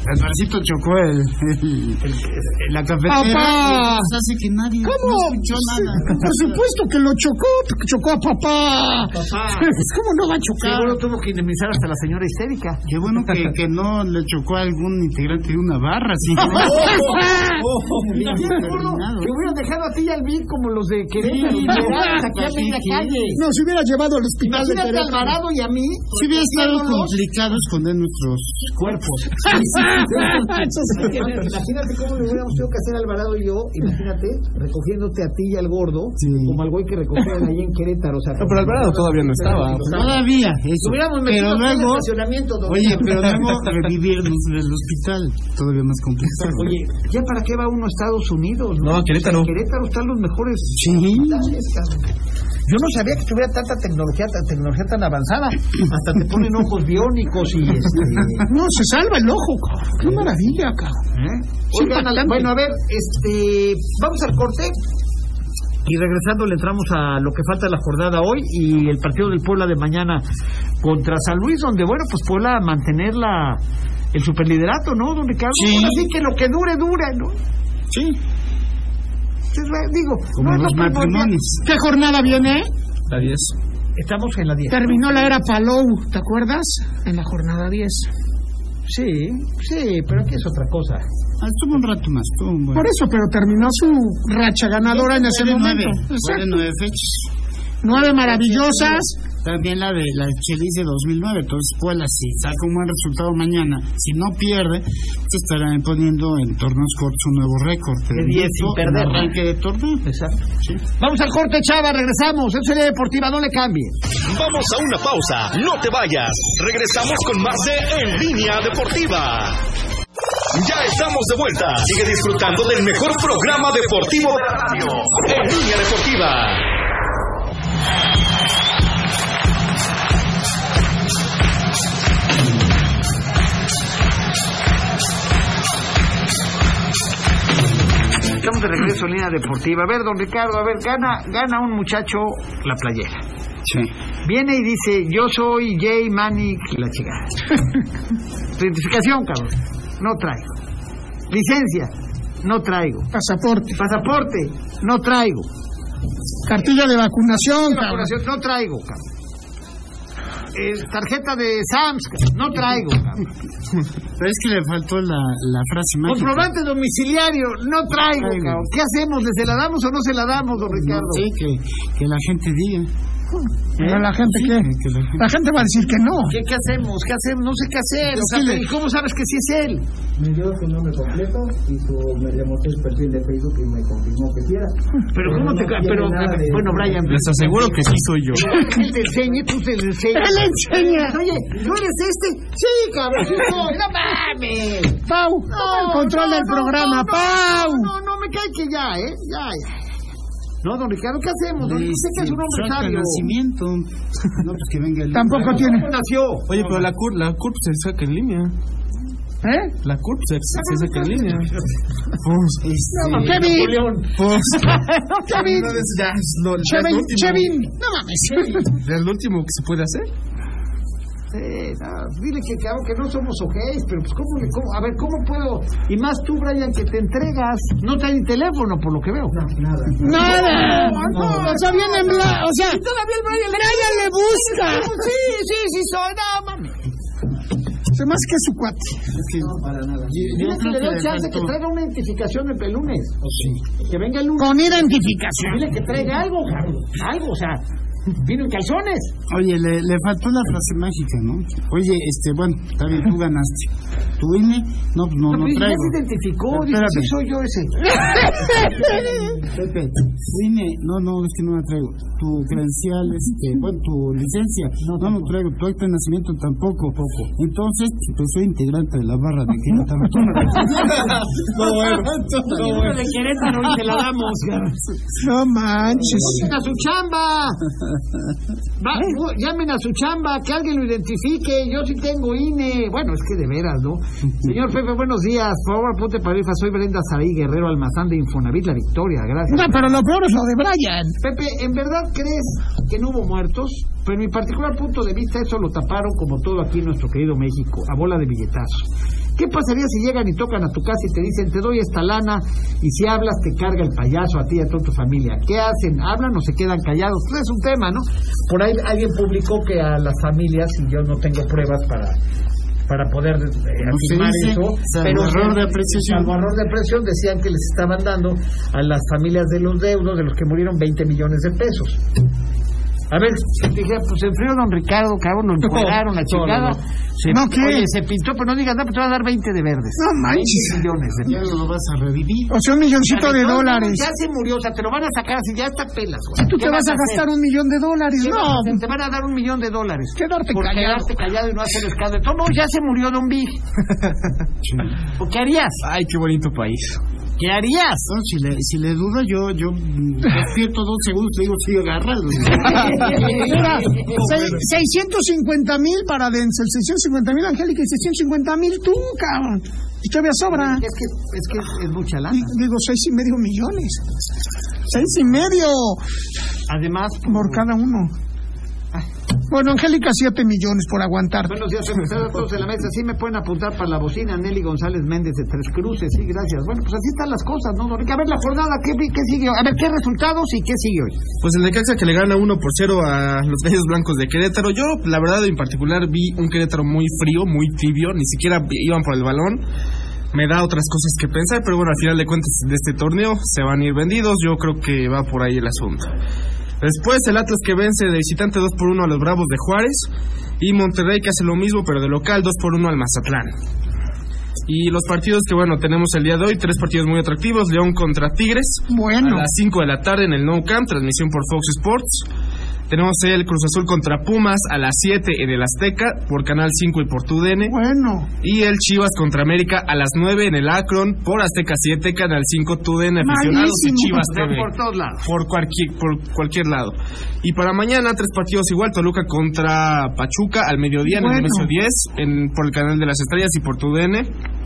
Speaker 7: Alvarcito chocó el, el- el- la cafetera?
Speaker 8: ¡Papá!
Speaker 7: Pues Hace que nadie
Speaker 8: ¿Cómo?
Speaker 7: no escuchó nada.
Speaker 8: Por supuesto que lo chocó, que chocó a papá. ¿Cómo no va a
Speaker 5: Seguro
Speaker 8: chocar?
Speaker 5: tuvo que indemnizar hasta la señora histérica.
Speaker 7: Qué bueno que, que no le chocó a algún integrante de una barra, sí. Oh,
Speaker 5: Te hubieran dejado a ti y al Vic como los de Querétaro.
Speaker 7: ¿eh?
Speaker 5: y
Speaker 7: Sí,
Speaker 5: lloraras
Speaker 7: no,
Speaker 5: aquí a
Speaker 7: sí,
Speaker 5: media
Speaker 7: sí.
Speaker 5: calle.
Speaker 8: No, se hubiera llevado al hospital de
Speaker 5: Imagínate a
Speaker 8: Querétaro.
Speaker 5: Alvarado y a mí.
Speaker 7: Si hubiera estado
Speaker 5: protegiéndonos
Speaker 7: complicado esconder nuestros cuerpos.
Speaker 8: Ah, Eso sí que-
Speaker 5: Imagínate cómo le hubiéramos tenido que hacer a Alvarado y yo, imagínate, recogiéndote a ti y al gordo,
Speaker 7: Sí.
Speaker 5: como al güey que recogieron ahí en Querétaro. O sea,
Speaker 9: pero Alvarado todavía no estaba.
Speaker 7: Todavía, eso.
Speaker 5: Hubiéramos metido
Speaker 7: Pero
Speaker 5: aquí en el
Speaker 7: luego,
Speaker 5: estacionamiento, don
Speaker 7: oye,
Speaker 5: Ricardo.
Speaker 7: pero luego revivirnos en el hospital. Todavía más complicado.
Speaker 5: Oye, ¿ya para qué va uno a Estados Unidos?
Speaker 9: No, a Querétaro.
Speaker 5: En Querétaro están los mejores.
Speaker 7: Sí.
Speaker 5: hospitales, cabrón. Yo no sabía que tuviera tanta tecnología, tan, tecnología tan avanzada. Hasta te ponen ojos biónicos y este.
Speaker 8: No, se salva el ojo, cabrón. Qué maravilla, cabrón.
Speaker 5: ¿eh? Oigan, Alan, bueno, a ver, este, vamos al corte. Y regresando le entramos a lo que falta de la jornada hoy y el partido del Puebla de mañana contra San Luis, donde bueno, pues Puebla mantener la, el superliderato, ¿no, don Ricardo?
Speaker 7: Sí.
Speaker 5: Ahora sí que lo que dure, dura, ¿no?
Speaker 7: Sí,
Speaker 5: Te re- Digo,
Speaker 7: como
Speaker 5: no es
Speaker 7: los
Speaker 5: lo primordial.
Speaker 7: matrimonios.
Speaker 8: ¿Qué jornada viene?
Speaker 9: La 10.
Speaker 5: Estamos en la 10.
Speaker 8: Terminó la era Palou, ¿te acuerdas? En la jornada 10.
Speaker 5: Sí, sí, pero aquí es otra cosa.
Speaker 7: Ah, Estuvo un rato más. Estuvo un buen.
Speaker 8: Por eso, pero terminó su racha ganadora en ese
Speaker 7: Fue de
Speaker 8: momento.
Speaker 7: nueve, fue de
Speaker 8: Exacto.
Speaker 7: nueve fechas.
Speaker 8: Nueve maravillosas.
Speaker 7: También la de la Chelis de 2009. Entonces, Puebla, si saca un buen resultado mañana, si no pierde, se estarán poniendo en torneos cortos un nuevo récord.
Speaker 5: De diez sin
Speaker 7: En
Speaker 5: perder, ¿no?
Speaker 7: Arranque de torneo.
Speaker 5: Exacto. Vamos al corte, Chava, regresamos. Es serie deportiva, no le cambie.
Speaker 3: Vamos a una pausa, no te vayas. Regresamos con más de En Línea Deportiva. Ya estamos de vuelta. Sigue disfrutando del mejor programa deportivo de la radio. En Línea Deportiva.
Speaker 5: Estamos de regreso en línea deportiva. A ver, don Ricardo, a ver, gana, gana un muchacho la playera.
Speaker 7: Sí.
Speaker 5: Viene y dice, yo soy Jay Manic, la chica. Tu identificación, cabrón. No traigo. Licencia, no traigo.
Speaker 8: Pasaporte.
Speaker 5: Pasaporte, no traigo.
Speaker 10: Cartilla de vacunación, cabrón.
Speaker 5: vacunación, no traigo, cabrón. Eh, tarjeta de SAMS, cabrón, no traigo, cabrón.
Speaker 7: Pero es que le faltó la, la frase mágica.
Speaker 5: Comprobante domiciliario, no traigo, cabrón. ¿Qué hacemos? ¿Se la damos o no se la damos, don Ricardo? ¿Eh?
Speaker 7: Sí, que, que la gente diga.
Speaker 10: Pero la gente qué?
Speaker 7: Que la gente...
Speaker 10: La gente va a decir que no.
Speaker 5: ¿Qué, ¿Qué hacemos? ¿Qué hacemos? No sé qué hacer. o sea,
Speaker 7: que le-
Speaker 5: ¿Y cómo sabes que sí es él?
Speaker 11: Me dio su nombre completo y su, me le mostré su perfil de Facebook y me confirmó que sí era.
Speaker 5: Pero cómo te... ca- Pero, bueno, Brian...
Speaker 8: Les aseguro que sí soy yo.
Speaker 5: Él te enseña, tú te le enseñas.
Speaker 10: Él enseña.
Speaker 5: Oye, ¿no eres este? Sí, cabrón, sí soy. No mames.
Speaker 10: Pau,
Speaker 5: No,
Speaker 10: controla
Speaker 5: no,
Speaker 10: el
Speaker 5: no,
Speaker 10: programa,
Speaker 5: no, no,
Speaker 10: Pau.
Speaker 5: No, no, no, me cae que ya, ¿eh? Ya, ya, ya, ya. No, don Ricardo, ¿qué hacemos? Don, sé que es un hombre
Speaker 7: Este, Falta
Speaker 5: sabio.
Speaker 7: nacimiento. No, pues que venga el...
Speaker 10: Tampoco tiene.
Speaker 5: ¿Cómo nació?
Speaker 8: Oye, pero la CURP la CURP se saca en línea.
Speaker 10: ¿Eh?
Speaker 8: La CURP se, se saca en línea. Pues,
Speaker 10: No, Kevin,
Speaker 8: pues.
Speaker 10: Kevin,
Speaker 8: Una vez ya es lo- ya es lo
Speaker 10: Chevin,
Speaker 8: último-
Speaker 10: Chevin. No mames.
Speaker 8: ya es lo último que se puede hacer.
Speaker 5: Eh, no, dile que, cabrón, que no somos ojéis, pero pues ¿cómo, le- cómo, a ver, ¿cómo puedo? Y más tú, Brian, que te entregas. No trae ni teléfono, por lo que veo.
Speaker 10: Nada. O sea, viene en bla- O sea,
Speaker 5: Todavía el Brian le...
Speaker 10: Brian le busca.
Speaker 5: Sí, sí, sí, soy, no, mames.
Speaker 10: Se más que su cuate.
Speaker 5: Dile que
Speaker 7: creo
Speaker 5: le
Speaker 7: que
Speaker 5: doy
Speaker 7: le
Speaker 5: chance que
Speaker 7: faltó.
Speaker 5: traiga una identificación el lunes. Que venga el lunes.
Speaker 10: Con identificación.
Speaker 5: Dile que traiga algo, cabrón. Algo, o sea, vino en calzones.
Speaker 7: Oye, le, le faltó la frase mágica, ¿no? Oye, este, bueno, está bien, tú ganaste. ¿Tu INE? No, pues no,
Speaker 5: No,
Speaker 7: no
Speaker 5: pero ya
Speaker 7: traigo.
Speaker 5: se identificó, dice,
Speaker 7: Espérate.
Speaker 5: sí soy yo ese.
Speaker 7: Pepe, tu INE, no, no, es que no la traigo. Tu credencial, este, bueno, tu licencia, no, no, traigo. Tu acta de nacimiento tampoco. Poco. Entonces, pues soy integrante de la barra de Querétaro. no, bueno, no, bueno.
Speaker 5: de Querétaro y te la damos, cabrón.
Speaker 10: No manches.
Speaker 5: Llamen a su chamba. Va, no, llamen a su chamba, que alguien lo identifique. Yo sí tengo INE. Bueno, es que de veras, ¿no? Señor Pepe, buenos días. Por favor, ponte parifa. Soy Brenda Saray Guerrero Almazán de Infonavit La Victoria. Gracias.
Speaker 10: No, pero lo peor es lo de Brian.
Speaker 5: Pepe, ¿en verdad crees que no hubo muertos? Pero en mi particular punto de vista eso lo taparon como todo aquí en nuestro querido México, a bola de billetazos. ¿Qué pasaría si llegan y tocan a tu casa y te dicen, te doy esta lana, y si hablas te carga el payaso a ti y a toda tu familia? ¿Qué hacen? ¿Hablan o se quedan callados? Pues es un tema, ¿no? Por ahí alguien publicó que a las familias, y yo no tengo pruebas para para poder eh,
Speaker 7: se
Speaker 5: afirmar
Speaker 7: dice,
Speaker 5: eso,
Speaker 7: salvo error de apreciación.
Speaker 5: salvo error de presión decían que les estaban dando a las familias de los deudos, de los que murieron, 20 millones de pesos. A ver, dije, pues en frío don Ricardo, cabrón, lo encuadraron, la chingada. Se,
Speaker 10: No, ¿qué?
Speaker 5: Oye, se pintó, pero no digas nada, pero te va a dar 20 de verdes.
Speaker 10: No manches.
Speaker 5: 20 millones de
Speaker 7: Ya lo vas a revivir.
Speaker 10: O sea, un milloncito de
Speaker 5: No, no,
Speaker 10: dólares.
Speaker 5: Ya se murió, o sea, te lo van a sacar así, ya está pelas, güey.
Speaker 10: Tú te
Speaker 5: ¿Qué
Speaker 10: vas a
Speaker 5: hacer?
Speaker 10: gastar un millón de dólares.
Speaker 5: ¿Qué vas a
Speaker 10: No,
Speaker 5: hacer? Te van a dar un millón de dólares.
Speaker 10: quedarte
Speaker 5: por
Speaker 10: callado.
Speaker 5: quedarte callado y no hacer escándalo. No, no, ya se murió Don Big. ¿O qué harías?
Speaker 8: Ay, qué bonito país.
Speaker 5: ¿Qué harías?
Speaker 7: No, si le, si le dudo, yo, yo, mm, despierto dos segundos, le digo, sí, agárralo.
Speaker 10: Mira, se- 650 mil para Denzel, 650 mil Angélica y 650 mil tú, cabrón. Y todavía sobra.
Speaker 5: Es que es, que es mucha lana.
Speaker 10: Y- digo, seis y medio millones. Seis y medio
Speaker 5: Además,
Speaker 10: por cada uno. Bueno, Angélica, siete millones por aguantar.
Speaker 5: Buenos días, empezaron todos en la mesa. Sí me pueden apuntar para la bocina Nelly González Méndez de Tres Cruces. Sí, gracias. Bueno, pues así están las cosas, ¿no, don Enrique? A ver, la jornada, ¿qué, qué sigue? hoy? A ver, ¿qué resultados y qué sigue hoy?
Speaker 8: Pues el de Caxa que le gana 1 por 0 a los Gallos Blancos de Querétaro. Yo, la verdad, en particular vi un Querétaro muy frío, muy tibio, ni siquiera iban por el balón. Me da otras cosas que pensar, pero bueno, al final de cuentas de este torneo se van a ir vendidos. Yo creo que va por ahí el asunto. Después el Atlas que vence de visitante 2 por 1 a los Bravos de Juárez. Y Monterrey que hace lo mismo, pero de local 2 por 1 al Mazatlán. Y los partidos que, bueno, tenemos el día de hoy, tres partidos muy atractivos. León contra Tigres.
Speaker 10: Bueno,
Speaker 8: A las 5 de la tarde en el No Camp, transmisión por Fox Sports. Tenemos el Cruz Azul contra Pumas a las 7 en el Azteca por Canal 5 y por TUDN.
Speaker 10: bueno.
Speaker 8: Y el Chivas contra América a las 9 en el Akron por Azteca 7, Canal 5, TUDN aficionados y
Speaker 10: Malísimo.
Speaker 8: Chivas TV.
Speaker 5: Por todos lados.
Speaker 8: Por cualquier, por cualquier lado. Y para mañana, tres partidos igual: Toluca contra Pachuca al mediodía en el
Speaker 10: Bueno.
Speaker 8: anuncio 10, en- por el canal de las estrellas y por tu DN.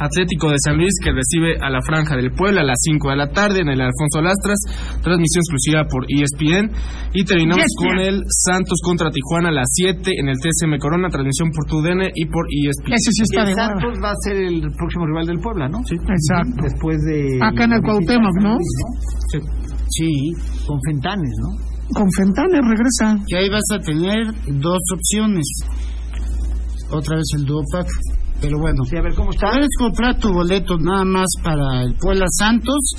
Speaker 8: Atlético de San Luis que recibe a la Franja del Puebla a las 5 de la tarde en el Alfonso Lastras, transmisión exclusiva por E ESPN. Y terminamos con el Santos contra Tijuana a las 7 en el TSM Corona, transmisión por tu DN y por E ESPN.
Speaker 10: Ese sí está de
Speaker 5: El
Speaker 10: hueva.
Speaker 5: Santos va a ser el próximo rival del Puebla, ¿no? Sí.
Speaker 10: Exacto.
Speaker 5: Después de...
Speaker 10: Acá en el Cuauhtémoc, ¿no?
Speaker 8: Sí.
Speaker 7: Sí,
Speaker 5: con Fentanes, ¿no?
Speaker 8: Con Fentanes regresa.
Speaker 7: que ahí vas a tener dos opciones. Otra vez el Duopac. Pero bueno,
Speaker 5: Sí, a ver cómo está.
Speaker 7: puedes comprar tu boleto nada más para el Puebla Santos,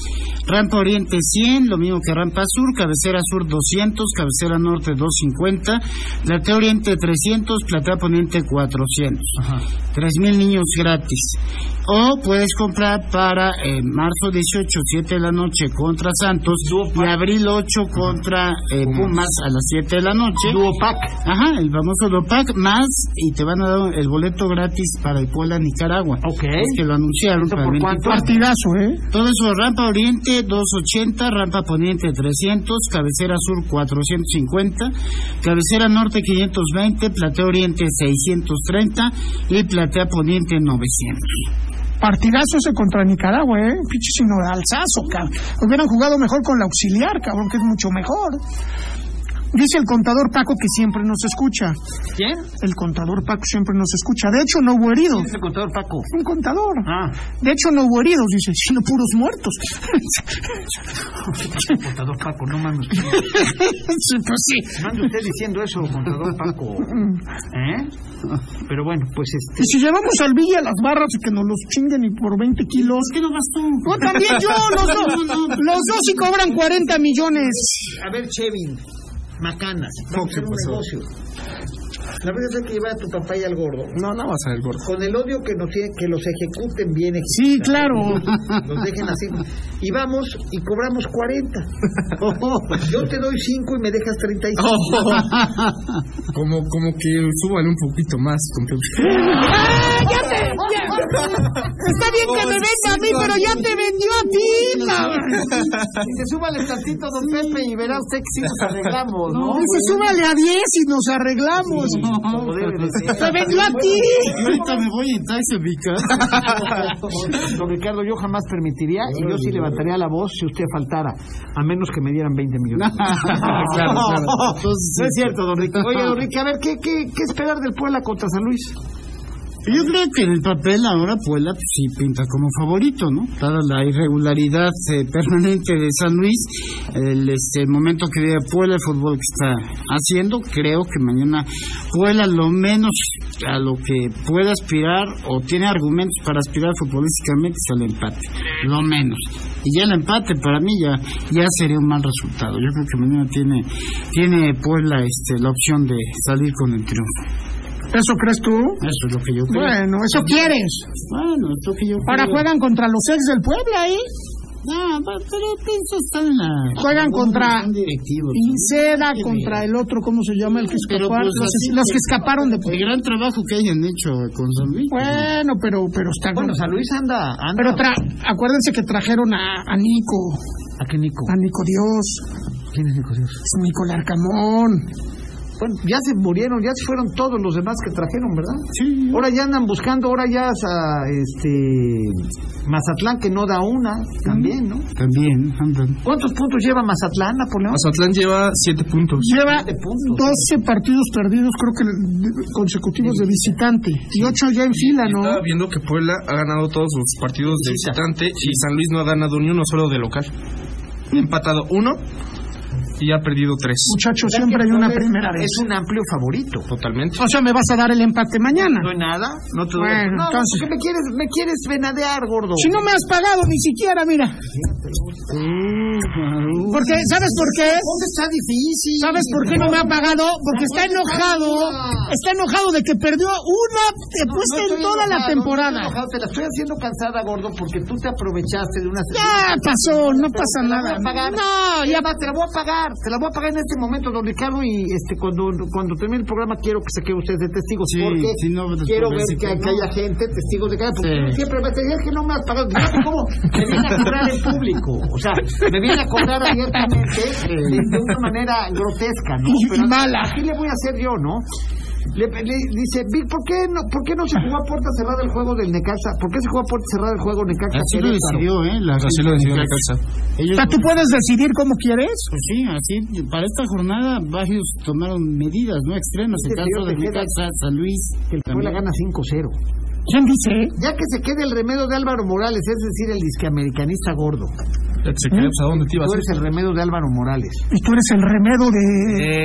Speaker 7: Rampa Oriente 100, lo mismo que Rampa Sur, Cabecera Sur 200, Cabecera Norte 250, Platea Oriente 300, Platea Poniente 400. Tres mil niños gratis. O puedes comprar para eh, marzo 18, 7 de la noche contra Santos y abril 8 contra eh, Pumas a las 7 de la noche.
Speaker 5: Duopac.
Speaker 7: Ajá, el famoso Dopac más y te van a dar el boleto gratis para el Puebla Nicaragua.
Speaker 5: Ok.
Speaker 7: Es que lo anunciaron
Speaker 5: ¿Eso
Speaker 7: para el
Speaker 5: ¿Eh? por cuánto?
Speaker 7: 24.
Speaker 8: Partidazo, ¿eh?
Speaker 7: Todo eso, Rampa Oriente 280, Rampa Poniente 300, Cabecera Sur 450, Cabecera Norte 520, Platea Oriente 630 y Platea Poniente 900.
Speaker 8: Partidazo ese contra Nicaragua, ¿eh? Pinche sino alzazo, cabrón. Hubieran jugado mejor con la auxiliar, cabrón, que es mucho mejor. Dice el contador Paco que siempre nos escucha.
Speaker 5: ¿Quién?
Speaker 8: El contador Paco siempre nos escucha. De hecho, no hubo heridos.
Speaker 5: Es el contador Paco.
Speaker 8: Un contador.
Speaker 5: Ah,
Speaker 8: De hecho, no hubo heridos, dice, sino puros muertos.
Speaker 5: contador Paco, no mames.
Speaker 8: Sí, pues sí.
Speaker 5: No ande usted diciendo eso, contador Paco. ¿Eh? Pero bueno, pues este.
Speaker 8: Y si llevamos al Villa a las barras y que nos los chinguen y por 20 kilos.
Speaker 7: ¿Qué no vas tú?
Speaker 8: No, también yo, los
Speaker 7: No,
Speaker 8: dos.
Speaker 7: no, no.
Speaker 8: Los dos sí cobran 40 millones.
Speaker 5: A ver, Chevin. Macanas.
Speaker 9: ¿Cómo que
Speaker 5: Vamos a hacer un
Speaker 9: pasó?
Speaker 5: negocio. La verdad es que lleva a tu papá y al gordo.
Speaker 9: No, no va a ser el gordo.
Speaker 5: Con el odio que nos tiene, que los ejecuten bien.
Speaker 8: Sí, claro.
Speaker 5: Los dejen así. Y vamos y cobramos 40. Yo te doy 5 y me dejas 35.
Speaker 8: Oh.
Speaker 9: Como, como que súbale un poquito más. compadre.
Speaker 8: ¡Ah, ya te, ya. Está bien que me venda a mí, pero ya te vendió a ti, cabrón.
Speaker 5: Dice, súbale tantito, don Pepe, y verá usted que sí nos arreglamos, ¿no?
Speaker 8: Dice, súbale a 10 y nos arreglamos.
Speaker 5: Como debe de ser.
Speaker 8: Te vendió a ti.
Speaker 7: Ahorita me voy en taxi, mi casa.
Speaker 5: Don Ricardo, yo jamás permitiría y yo sí levantaría la voz si usted faltara, a menos que me dieran 20 millones.
Speaker 7: Claro, claro. Entonces,
Speaker 5: no es cierto, don Ricardo. Oye, don Ricardo, a ver, ¿qué, qué, qué esperar del Puebla contra San Luis?
Speaker 7: Yo creo que en el papel ahora Puebla pues, sí pinta como favorito, ¿no? Dada la irregularidad eh, permanente de San Luis, el este, momento que vive Puebla, el fútbol que está haciendo, creo que mañana Puebla lo menos a lo que pueda aspirar o tiene argumentos para aspirar futbolísticamente es al empate, lo menos. Y ya el empate para mí ya, ya sería un mal resultado. Yo creo que mañana tiene, tiene Puebla este, la opción de salir con el triunfo.
Speaker 8: ¿Eso crees tú?
Speaker 7: Eso es lo que yo creo.
Speaker 8: Bueno, eso quieres.
Speaker 7: Bueno, esto que yo
Speaker 8: Ahora
Speaker 7: creo-
Speaker 8: juegan contra los ex del Puebla, ¿eh?
Speaker 7: No, pe- pero pienso están en la.
Speaker 8: Juegan contra
Speaker 7: son directivos, ¿no?
Speaker 8: Pinceda contra el otro, ¿cómo se llama? El que
Speaker 7: Pero,
Speaker 8: escaparon,
Speaker 7: pues,
Speaker 8: los,
Speaker 7: así-
Speaker 8: los que escaparon de
Speaker 7: El gran trabajo que hayan hecho con San Luis.
Speaker 8: Bueno, pero, pero está
Speaker 5: Bueno, San Luis anda, anda.
Speaker 8: Pero tra acuérdense que trajeron a, a Nico,
Speaker 5: ¿A qué Nico?
Speaker 8: a Nico Dios,
Speaker 5: ¿Quién es Nico Dios?
Speaker 8: es Nico Larcamón.
Speaker 5: Bueno, ya se murieron, ya se fueron todos los demás que trajeron, ¿verdad?
Speaker 7: Sí.
Speaker 5: Ahora ya andan buscando, ahora ya es a, este Mazatlán que no da una también, ¿no?
Speaker 7: También andan.
Speaker 5: ¿Cuántos puntos lleva Mazatlán, Napoleón?
Speaker 9: Mazatlán lleva 7 puntos.
Speaker 8: Lleva
Speaker 5: Siete puntos.
Speaker 8: 12 partidos perdidos, creo que de- consecutivos de visitante. Y 8 ya en fila, ¿no?
Speaker 9: Estaba viendo que Puebla ha ganado todos sus partidos de visitante y San Luis no ha ganado ni uno solo de local. Ha empatado uno y ha perdido tres.
Speaker 8: Muchachos, siempre hay una
Speaker 5: Entonces,
Speaker 8: primera vez.
Speaker 5: Es un amplio favorito.
Speaker 9: Totalmente.
Speaker 8: O sea, me vas a dar el empate mañana.
Speaker 5: No hay nada, no te doy.
Speaker 8: Bueno,
Speaker 5: no,
Speaker 8: entonces-
Speaker 5: porque me quieres, me quieres venadear, gordo.
Speaker 8: Si no me has pagado ni siquiera, mira. Porque, ¿sabes por qué?
Speaker 5: está difícil.
Speaker 8: ¿Sabes por qué no me ha pagado? Porque está enojado. Está enojado de que perdió una
Speaker 5: No
Speaker 8: apuesta en
Speaker 5: estoy
Speaker 8: toda la
Speaker 5: enojado, no
Speaker 8: temporada.
Speaker 5: estoy enojado, te la estoy haciendo cansada, gordo, porque tú te aprovechaste de una.
Speaker 8: Ya pasó, no pasa
Speaker 5: te la
Speaker 8: nada.
Speaker 5: voy a pagar.
Speaker 8: No,
Speaker 5: Y
Speaker 8: ya
Speaker 5: además te Ah, la voy a pagar, te la voy a pagar en este momento, don Ricardo, y este cuando, cuando termine el programa quiero que se quede usted de testigo,
Speaker 7: Sí,
Speaker 5: porque
Speaker 7: sí, no, pues,
Speaker 5: quiero ver
Speaker 7: pues, sí,
Speaker 5: que,
Speaker 7: pues,
Speaker 5: que
Speaker 7: no.
Speaker 5: haya gente, testigos de cada, porque
Speaker 7: Sí.
Speaker 5: tú siempre me decías que no me has pagado, Fíjate cómo me viene a cobrar en público, o sea, me viene a cobrar abiertamente eh, de una manera grotesca, ¿no?
Speaker 8: Y- y mala.
Speaker 5: ¿Qué le voy a hacer yo, no? Le, le- dice, Vic, ¿por qué, no, ¿por qué no se jugó a puerta cerrada el juego del Necaxa? ¿Por qué se jugó a puerta cerrada el juego Necaxa?
Speaker 7: Así lo
Speaker 5: Querétaro?
Speaker 7: decidió, ¿eh? La
Speaker 9: Así lo decidió la casa.
Speaker 7: Ellos,
Speaker 8: O sea, tú puedes decidir cómo quieres.
Speaker 7: pues sí, así. Para esta jornada, varios tomaron medidas, ¿no? Extremas. El
Speaker 5: Sí,
Speaker 7: caso
Speaker 5: señor,
Speaker 7: de
Speaker 5: te quedas.
Speaker 7: Necaxa, San Luis.
Speaker 5: El Puebla gana
Speaker 7: también.
Speaker 5: 5-0.
Speaker 8: ¿Quién dice?
Speaker 5: Ya que se quede el remedio de Álvaro Morales, es decir, el disqueamericanista gordo.
Speaker 9: Ya te se quedó, pues, ¿a dónde te ibas?
Speaker 5: Tú eres el remedio de Álvaro Morales.
Speaker 8: Y tú eres el remedo de.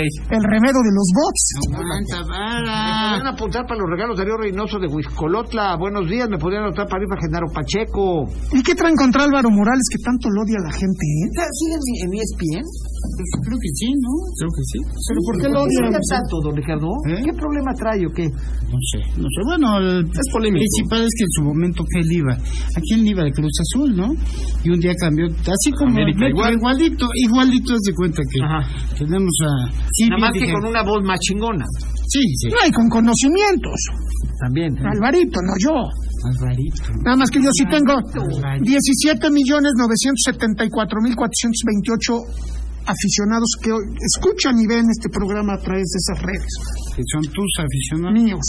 Speaker 9: Ey,
Speaker 8: El remedo de los bots.
Speaker 7: Aguanta
Speaker 5: Me
Speaker 7: vara.
Speaker 5: podrían apuntar para los regalos de Ariel Reynoso de Huizcolotla. Buenos días, me podrían anotar para ir para Genaro Pacheco.
Speaker 8: ¿Y qué traen contra Álvaro Morales que tanto lo odia la gente, eh?
Speaker 5: ¿Siguen en ESPN?
Speaker 7: Creo que sí, ¿no?
Speaker 9: creo que sí.
Speaker 5: ¿Pero por qué lo odian tanto, don Ricardo? ¿Eh? ¿Qué problema trae o qué?
Speaker 7: No sé, no sé. Bueno, el
Speaker 9: Es polémico.
Speaker 7: principal es que en su momento que él iba. Aquí él iba de Cruz Azul, ¿no? Y un día cambió, así como
Speaker 9: América
Speaker 7: Beto,
Speaker 9: igual.
Speaker 7: igualito, igualito haz de cuenta que
Speaker 5: Ajá.
Speaker 7: tenemos a... Sí,
Speaker 5: Nada más que
Speaker 7: bien,
Speaker 5: con una voz más chingona.
Speaker 7: Sí, sí.
Speaker 8: No, y con conocimientos.
Speaker 5: También.
Speaker 8: Alvarito, pues, no yo.
Speaker 7: Más rarito.
Speaker 8: Nada más que yo sí tengo 17.974.428 aficionados que hoy escuchan y ven este programa a través de esas redes.
Speaker 7: Que son tus aficionados.
Speaker 8: Míos.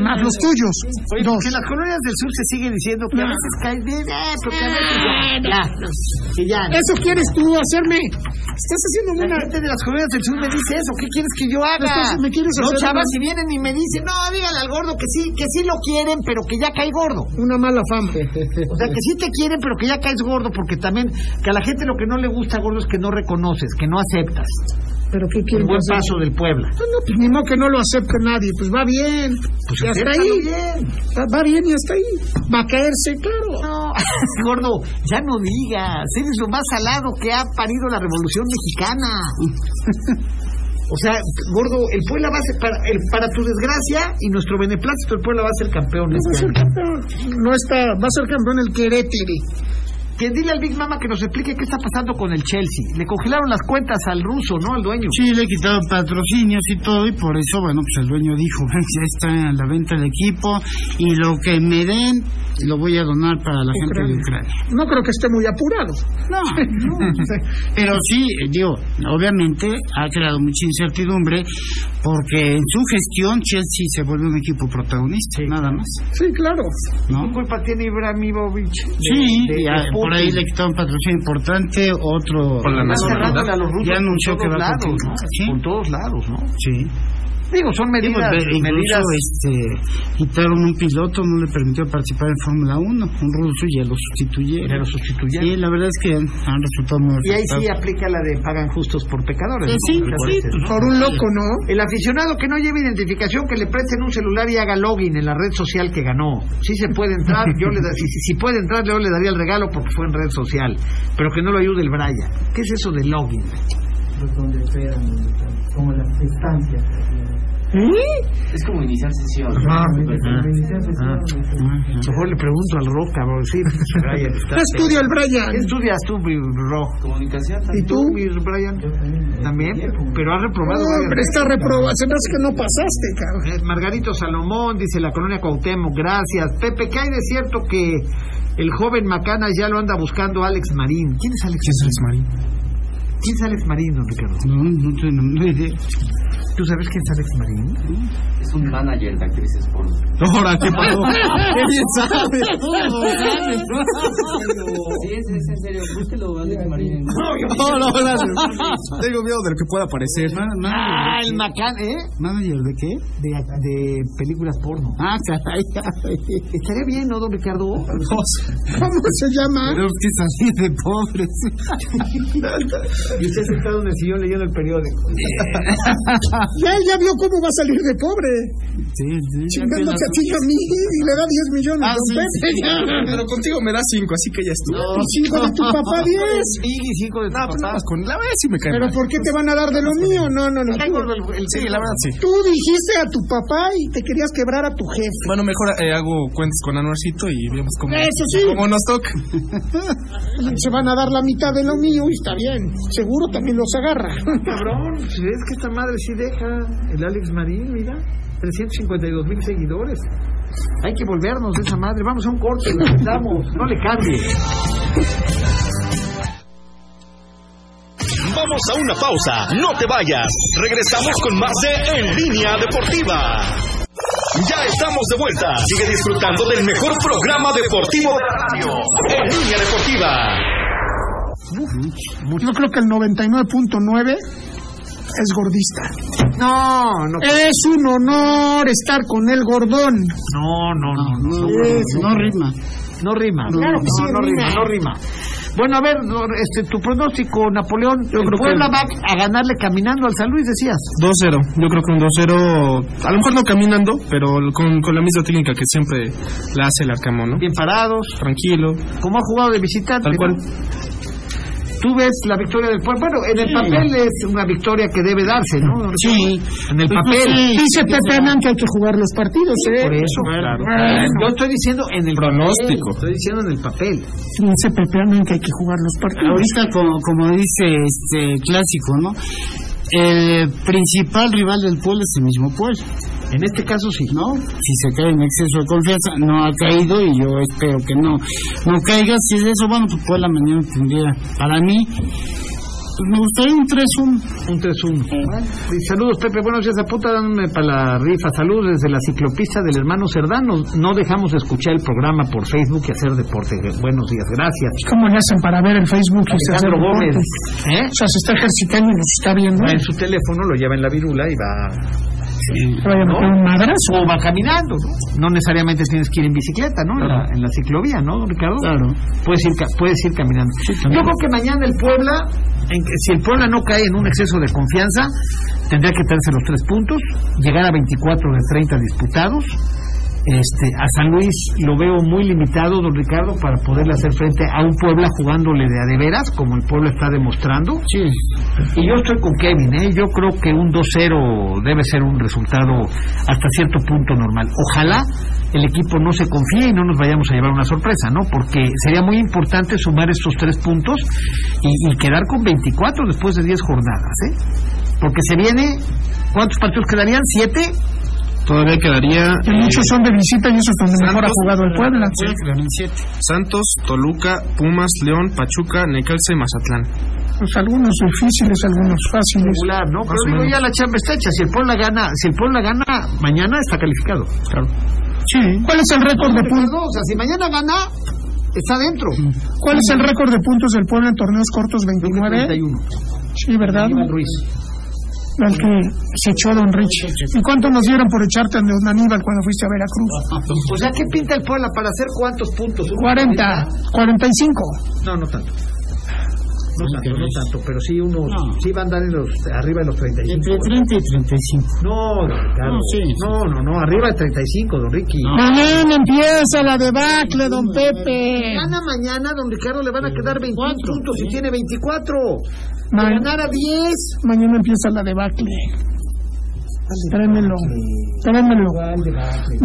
Speaker 8: Más los tuyos. Dos.
Speaker 5: Que las colonias del sur se siguen diciendo que a veces cae de... eh, porque a veces- Ya. Que ya.
Speaker 8: Eso quieres tú hacerme. Estás haciéndome
Speaker 5: La
Speaker 8: una...
Speaker 5: gente de las colonias del sur me dice eso. ¿Qué quieres que yo haga?
Speaker 8: Entonces, ¿me quieres
Speaker 5: no,
Speaker 8: hacer
Speaker 5: chavas,
Speaker 8: una-
Speaker 5: si vienen y me dicen, no, dígale al gordo que sí, que sí lo quieren, pero que ya cae gordo.
Speaker 8: Una mala fama.
Speaker 5: O sea, que sí te quieren, pero que ya caes gordo, porque también que a la gente lo que no le gusta gordo es que no reconoces, que no aceptas.
Speaker 8: Pero ¿qué
Speaker 5: El
Speaker 8: quieren
Speaker 5: buen
Speaker 8: hacer?
Speaker 5: paso del Puebla.
Speaker 8: Ah, no, pues ni modo que no lo acepte nadie. Pues va bien.
Speaker 7: Pues,
Speaker 8: y hasta ahí. Va- Va bien y hasta ahí. Va a caerse, claro.
Speaker 5: No, gordo, ya no digas. Eres lo más salado que ha parido la Revolución Mexicana. O sea, gordo, el Puebla va a ser, para, el- para tu desgracia y nuestro beneplácito, el Puebla va a ser campeón.
Speaker 8: Va a
Speaker 5: este
Speaker 8: ser
Speaker 5: año.
Speaker 8: campeón. No está, va a ser campeón el Querétaro.
Speaker 5: Que dile al Big Mama que nos explique qué está pasando con el Chelsea. Le congelaron las cuentas al ruso, ¿no? Al dueño.
Speaker 7: Sí, le quitaron patrocinios y todo, y por eso, bueno, pues el dueño dijo, ya está a la venta el equipo, y lo que me den lo voy a donar para la gente de Ucrania.
Speaker 8: No creo que esté muy apurado.
Speaker 7: No, no. Pero sí, eh, digo, obviamente ha creado mucha incertidumbre porque en su gestión Chelsea se volvió un equipo protagonista, nada más,
Speaker 8: Sí, claro.
Speaker 7: ¿no?
Speaker 5: ¿Qué culpa tiene Ibrahimovic?
Speaker 7: Sí,
Speaker 5: de- de
Speaker 7: ya, por ahí
Speaker 5: Putin?
Speaker 7: le quitó un patrocinio importante, otro...
Speaker 9: Con la
Speaker 5: Está
Speaker 9: nacionalidad.
Speaker 5: cerrándole a los rusos
Speaker 7: Ya anunció
Speaker 5: por
Speaker 7: que
Speaker 5: todos
Speaker 7: va a
Speaker 5: lados, ¿no?
Speaker 7: continuar, ¿sí?
Speaker 5: Por todos lados, ¿no?
Speaker 7: Sí.
Speaker 5: Digo, son
Speaker 7: Sí, pues,
Speaker 5: medidas,
Speaker 7: ve- incluso
Speaker 5: medidas
Speaker 7: este, quitaron un piloto, no le permitió participar en Fórmula 1, un ruso, y ya lo sustituyeron.
Speaker 5: Ya lo sustituyeron.
Speaker 7: Y la verdad es que han, han resultado muy
Speaker 5: Y ahí sí
Speaker 7: afectados.
Speaker 5: aplica la de pagan justos por pecadores.
Speaker 7: Eh,
Speaker 5: ¿no?
Speaker 7: sí,
Speaker 5: Muchas
Speaker 7: sí,
Speaker 5: veces, ¿no?
Speaker 8: Por un loco, ¿no?
Speaker 5: El aficionado que no lleve identificación, que le presten un celular y haga login en la red social que ganó. Si se puede entrar, yo le da- si, si- si puede entrar, yo le daría el regalo porque fue en red social. Pero que no lo ayude el Brian. ¿Qué es eso de login?
Speaker 6: Pues donde esperan, donde están, como las estancias.
Speaker 12: Es como iniciar sesión.
Speaker 5: Mejor le pregunto al Roca, va a decir. Brian,
Speaker 8: ¿Qué estudia el Brian?
Speaker 5: ¿Qué estudias tú, mi Rock?
Speaker 12: Comunicación
Speaker 5: ¿Y tú, mi Brian? También, pero ha reprobado.
Speaker 8: No,
Speaker 5: varias
Speaker 8: hombre,
Speaker 5: veces.
Speaker 8: esta reproba, se me hace que no pasaste, cabrón.
Speaker 5: Eh, Margarito Salomón, dice la colonia Cuauhtémoc, gracias. Pepe, ¿qué hay de cierto que el joven Macana ya lo anda buscando Alex Marín? ¿Quién es Alex Marín? ¿Quién es Alex Marín, don Ricardo?
Speaker 7: No, no tengo no tengo idea.
Speaker 5: ¿Tú sabes quién es Alex Marín?
Speaker 12: es un manager de actrices porno.
Speaker 9: Ahora, ¿qué pasó? ¿Qué bien sabe?
Speaker 12: Sí, es, es en serio. Búsquelo, Alex Marín. en Google.
Speaker 9: No, no, gracias. Tengo miedo de lo que pueda aparecer.
Speaker 7: Ma- manager,
Speaker 5: el Macana, ¿eh?
Speaker 7: ¿Manager de qué?
Speaker 5: De, de películas porno.
Speaker 7: Ah, caray, caray.
Speaker 5: Estaría bien, ¿no, don Ricardo?
Speaker 8: ¿Cómo se llama?
Speaker 7: Tenemos que salir de pobres.
Speaker 5: Y usted sentado en el sillón leyendo el periódico.
Speaker 8: Ya él ya vio cómo va a salir de pobre.
Speaker 7: Sí, sí.
Speaker 8: Chingándote a ti y a mí y le da 10 millones.
Speaker 7: Ah,
Speaker 8: don
Speaker 7: sí,
Speaker 8: Pepe,
Speaker 7: sí.
Speaker 8: ya.
Speaker 9: Pero contigo me da cinco, así que ya estuvo.
Speaker 8: Y cinco de tu papá 10.
Speaker 5: Sí, hijo de tu
Speaker 9: No, pues nada
Speaker 5: papá.
Speaker 9: más con la vez sí me cae
Speaker 8: Pero
Speaker 9: mal.
Speaker 8: ¿por qué te van a dar de lo mío? No, no, no.
Speaker 5: Está
Speaker 8: Tú,
Speaker 5: gordo el- el-
Speaker 9: Sí, la verdad sí.
Speaker 8: tú dijiste a tu papá y te querías quebrar a tu jefe.
Speaker 9: Bueno, mejor eh, hago cuentas con Anuarcito y vemos cómo,
Speaker 8: Eso sí.
Speaker 9: cómo nos toca.
Speaker 8: Se van a dar la mitad de lo mío y está bien. Seguro también los agarra.
Speaker 5: Cabrón, si ves que esta madre sí deja el Alex Marín, mira, 352 mil seguidores. Hay que volvernos de esa madre. Vamos a un corte, lo aceptamos. No le cambie.
Speaker 3: Vamos a una pausa, no te vayas. Regresamos con más de En Línea Deportiva. Ya estamos de vuelta. Sigue disfrutando del mejor programa deportivo de la radio. En Línea Deportiva.
Speaker 8: Yo creo que el 99.9 es gordista.
Speaker 5: No, no.
Speaker 8: Es un honor estar con el gordón.
Speaker 5: No, no, no.
Speaker 7: No, no, no, no, no rima.
Speaker 5: No rima.
Speaker 8: Claro que sí,
Speaker 5: no, no
Speaker 8: rima.
Speaker 5: rima, no rima. Bueno, a ver, este, tu pronóstico, Napoleón. Yo creo Puebla va a ganarle caminando al San Luis, decías.
Speaker 9: 2-0. Yo creo que un 2-0, a lo mejor no caminando, pero con, con la misma técnica que siempre la hace el Arcamón, ¿no?
Speaker 5: Bien parados.
Speaker 9: Tranquilo.
Speaker 5: Como ha jugado de visitante.
Speaker 9: Tal cual.
Speaker 5: ¿no? tú ves la victoria del pueblo. Bueno, en el papel es una victoria que debe darse, ¿no?
Speaker 7: Sí,
Speaker 5: en
Speaker 7: Pues
Speaker 5: el papel.
Speaker 8: Sí, Dice Pepe Anán que hay que jugar los partidos, ¿eh?
Speaker 5: Por eso, claro. claro. Yo estoy diciendo en el
Speaker 9: pronóstico.
Speaker 5: Papel, estoy diciendo en el papel.
Speaker 8: Dice Pepe Anán que hay que jugar los partidos.
Speaker 7: Ahorita, como, como dice este clásico, ¿no? el principal rival del pueblo es el mismo pueblo.
Speaker 5: En este caso sí.
Speaker 7: No, si se cae en exceso de confianza, no ha caído y yo espero que no. No caiga, si es eso, bueno, pues Puebla mañana tendría, para mí, pues me gustaría un 3-1.
Speaker 5: Un 3-1. Eh. Saludos, Pepe. Buenos días, puta. Dándome para la rifa. Saludos desde la ciclopista del hermano Cerdano. No dejamos de escuchar el programa por Facebook y hacer deporte. Buenos días, gracias.
Speaker 8: ¿Cómo le hacen para ver el Facebook y hacer
Speaker 5: Gómez.
Speaker 8: ¿Eh? O sea, se está ejercitando y nos está viendo.
Speaker 5: Va en su teléfono lo lleva en la virula y va
Speaker 8: Sí. ¿No? un madrazo.
Speaker 5: O va caminando. No necesariamente tienes que ir en bicicleta, ¿no? Claro. En, la, en, la, ciclovía, ¿no, Ricardo?
Speaker 7: Claro.
Speaker 5: Puedes ir, puedes ir caminando. Sí, Yo creo que mañana el Puebla, en, si el Puebla no cae en un exceso de confianza, tendrá que perderse los tres puntos, llegar a 24 de 30 disputados. Este, a San Luis lo veo muy limitado, don Ricardo, para poderle hacer frente a un Puebla jugándole de a de veras, como el Puebla está demostrando.
Speaker 7: Sí.
Speaker 5: Y yo estoy con Kevin, ¿eh? yo creo que un 2-0 debe ser un resultado hasta cierto punto normal. Ojalá el equipo no se confíe y no nos vayamos a llevar una sorpresa, ¿no? Porque sería muy importante sumar estos tres puntos y, y quedar con 24 después de 10 jornadas, ¿eh? Porque se viene, ¿cuántos partidos quedarían? ¿Siete?
Speaker 9: Todavía quedaría.
Speaker 8: Que muchos son de visita y eso es donde mejor ha jugado el Puebla.
Speaker 9: Santos, Toluca, Pumas, León, Pachuca, Necaxa y Mazatlán.
Speaker 8: Pues algunos difíciles, algunos fáciles.
Speaker 5: Regular, ¿no? Pero digo, ya la chamba está hecha. Si el Puebla gana, si el Puebla gana, mañana está calificado.
Speaker 9: Claro.
Speaker 8: Sí. ¿Cuál es el récord de
Speaker 5: puntos? O sea, si mañana gana, está dentro.
Speaker 8: ¿Cuál es el récord de puntos del Puebla en torneos cortos?
Speaker 9: ¿Eh?
Speaker 8: 29.
Speaker 5: 31.
Speaker 8: Sí, ¿verdad?
Speaker 5: Ruiz
Speaker 8: el que se echó a Don Rich. ¿Y cuánto nos dieron por echarte a Don Aníbal cuando fuiste a Veracruz?
Speaker 5: O sea, ¿qué pinta el Puebla para hacer cuántos puntos?
Speaker 8: 40, 45.
Speaker 5: No, no tanto. No tanto, no tanto, pero sí uno no. sí va a andar en los, arriba de los 35.
Speaker 7: Entre 30 y 35.
Speaker 5: No, don Ricardo. No, sí, sí. no, no, no, arriba de 35, don Ricky. No.
Speaker 8: Mañana empieza la debacle, don Pepe.
Speaker 5: Mañana, mañana, don Ricardo le van a quedar 24 puntos y tiene 24. Ma ganar a 10.
Speaker 8: Mañana empieza la debacle. Tráemelo, tráemelo.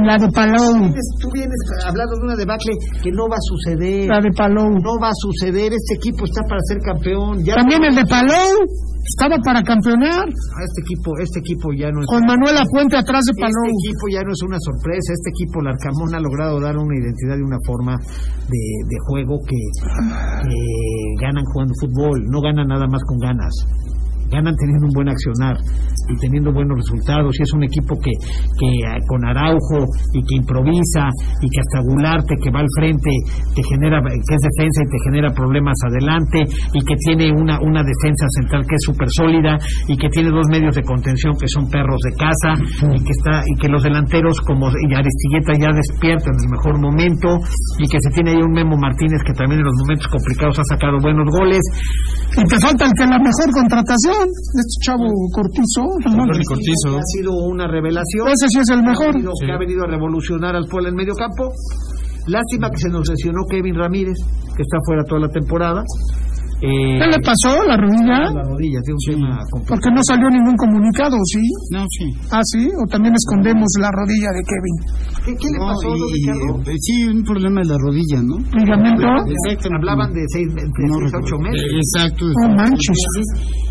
Speaker 8: La de Palou.
Speaker 5: Tú vienes hablando de una debacle que no va a suceder.
Speaker 8: La de Palou.
Speaker 5: No va a suceder. Este equipo está para ser campeón.
Speaker 8: Ya También el de Palou estaba para campeonar.
Speaker 5: Este equipo, este equipo ya no es.
Speaker 8: Con Manuela Fuente atrás de Palou.
Speaker 5: Este equipo ya no es una sorpresa. Este equipo, el Arcamón, ha logrado dar una identidad y una forma de, de juego que, que ganan jugando fútbol. No ganan nada más con ganas ganan teniendo un buen accionar y teniendo buenos resultados. Y es un equipo que, que ah, con Araujo y que improvisa y que hasta Gularte que va al frente, te genera, que es defensa y te genera problemas adelante y que tiene una, una defensa central que es súper sólida y que tiene dos medios de contención que son perros de casa y que está y que los delanteros como y Aristilleta ya despierta en el mejor momento y que se tiene ahí un Memo Martínez que también en los momentos complicados ha sacado buenos goles.
Speaker 8: Y te faltan que la mejor contratación este chavo Cortizo.
Speaker 9: ¿no? Cortizo.
Speaker 5: Ha sido una revelación.
Speaker 8: Ese sí es el mejor.
Speaker 5: Que ha venido, sí. que ha venido a revolucionar al Puebla en medio campo. Lástima que se nos lesionó Kevin Ramírez, que está fuera toda la temporada.
Speaker 8: Eh, ¿Qué le pasó? ¿La rodilla?
Speaker 5: La rodilla, tiene un Ah. sí. tema complicado.
Speaker 8: Porque no salió ningún comunicado, ¿sí?
Speaker 7: No, sí.
Speaker 8: ¿Ah, sí? ¿O también escondemos la rodilla de Kevin?
Speaker 5: ¿Qué, qué le pasó, no, y,
Speaker 7: eh, Sí, un problema de la rodilla, ¿no?
Speaker 8: ¿Ligamento?
Speaker 5: Exacto. Hablaban de 6 a 8 meses.
Speaker 7: Exacto.
Speaker 8: No manches.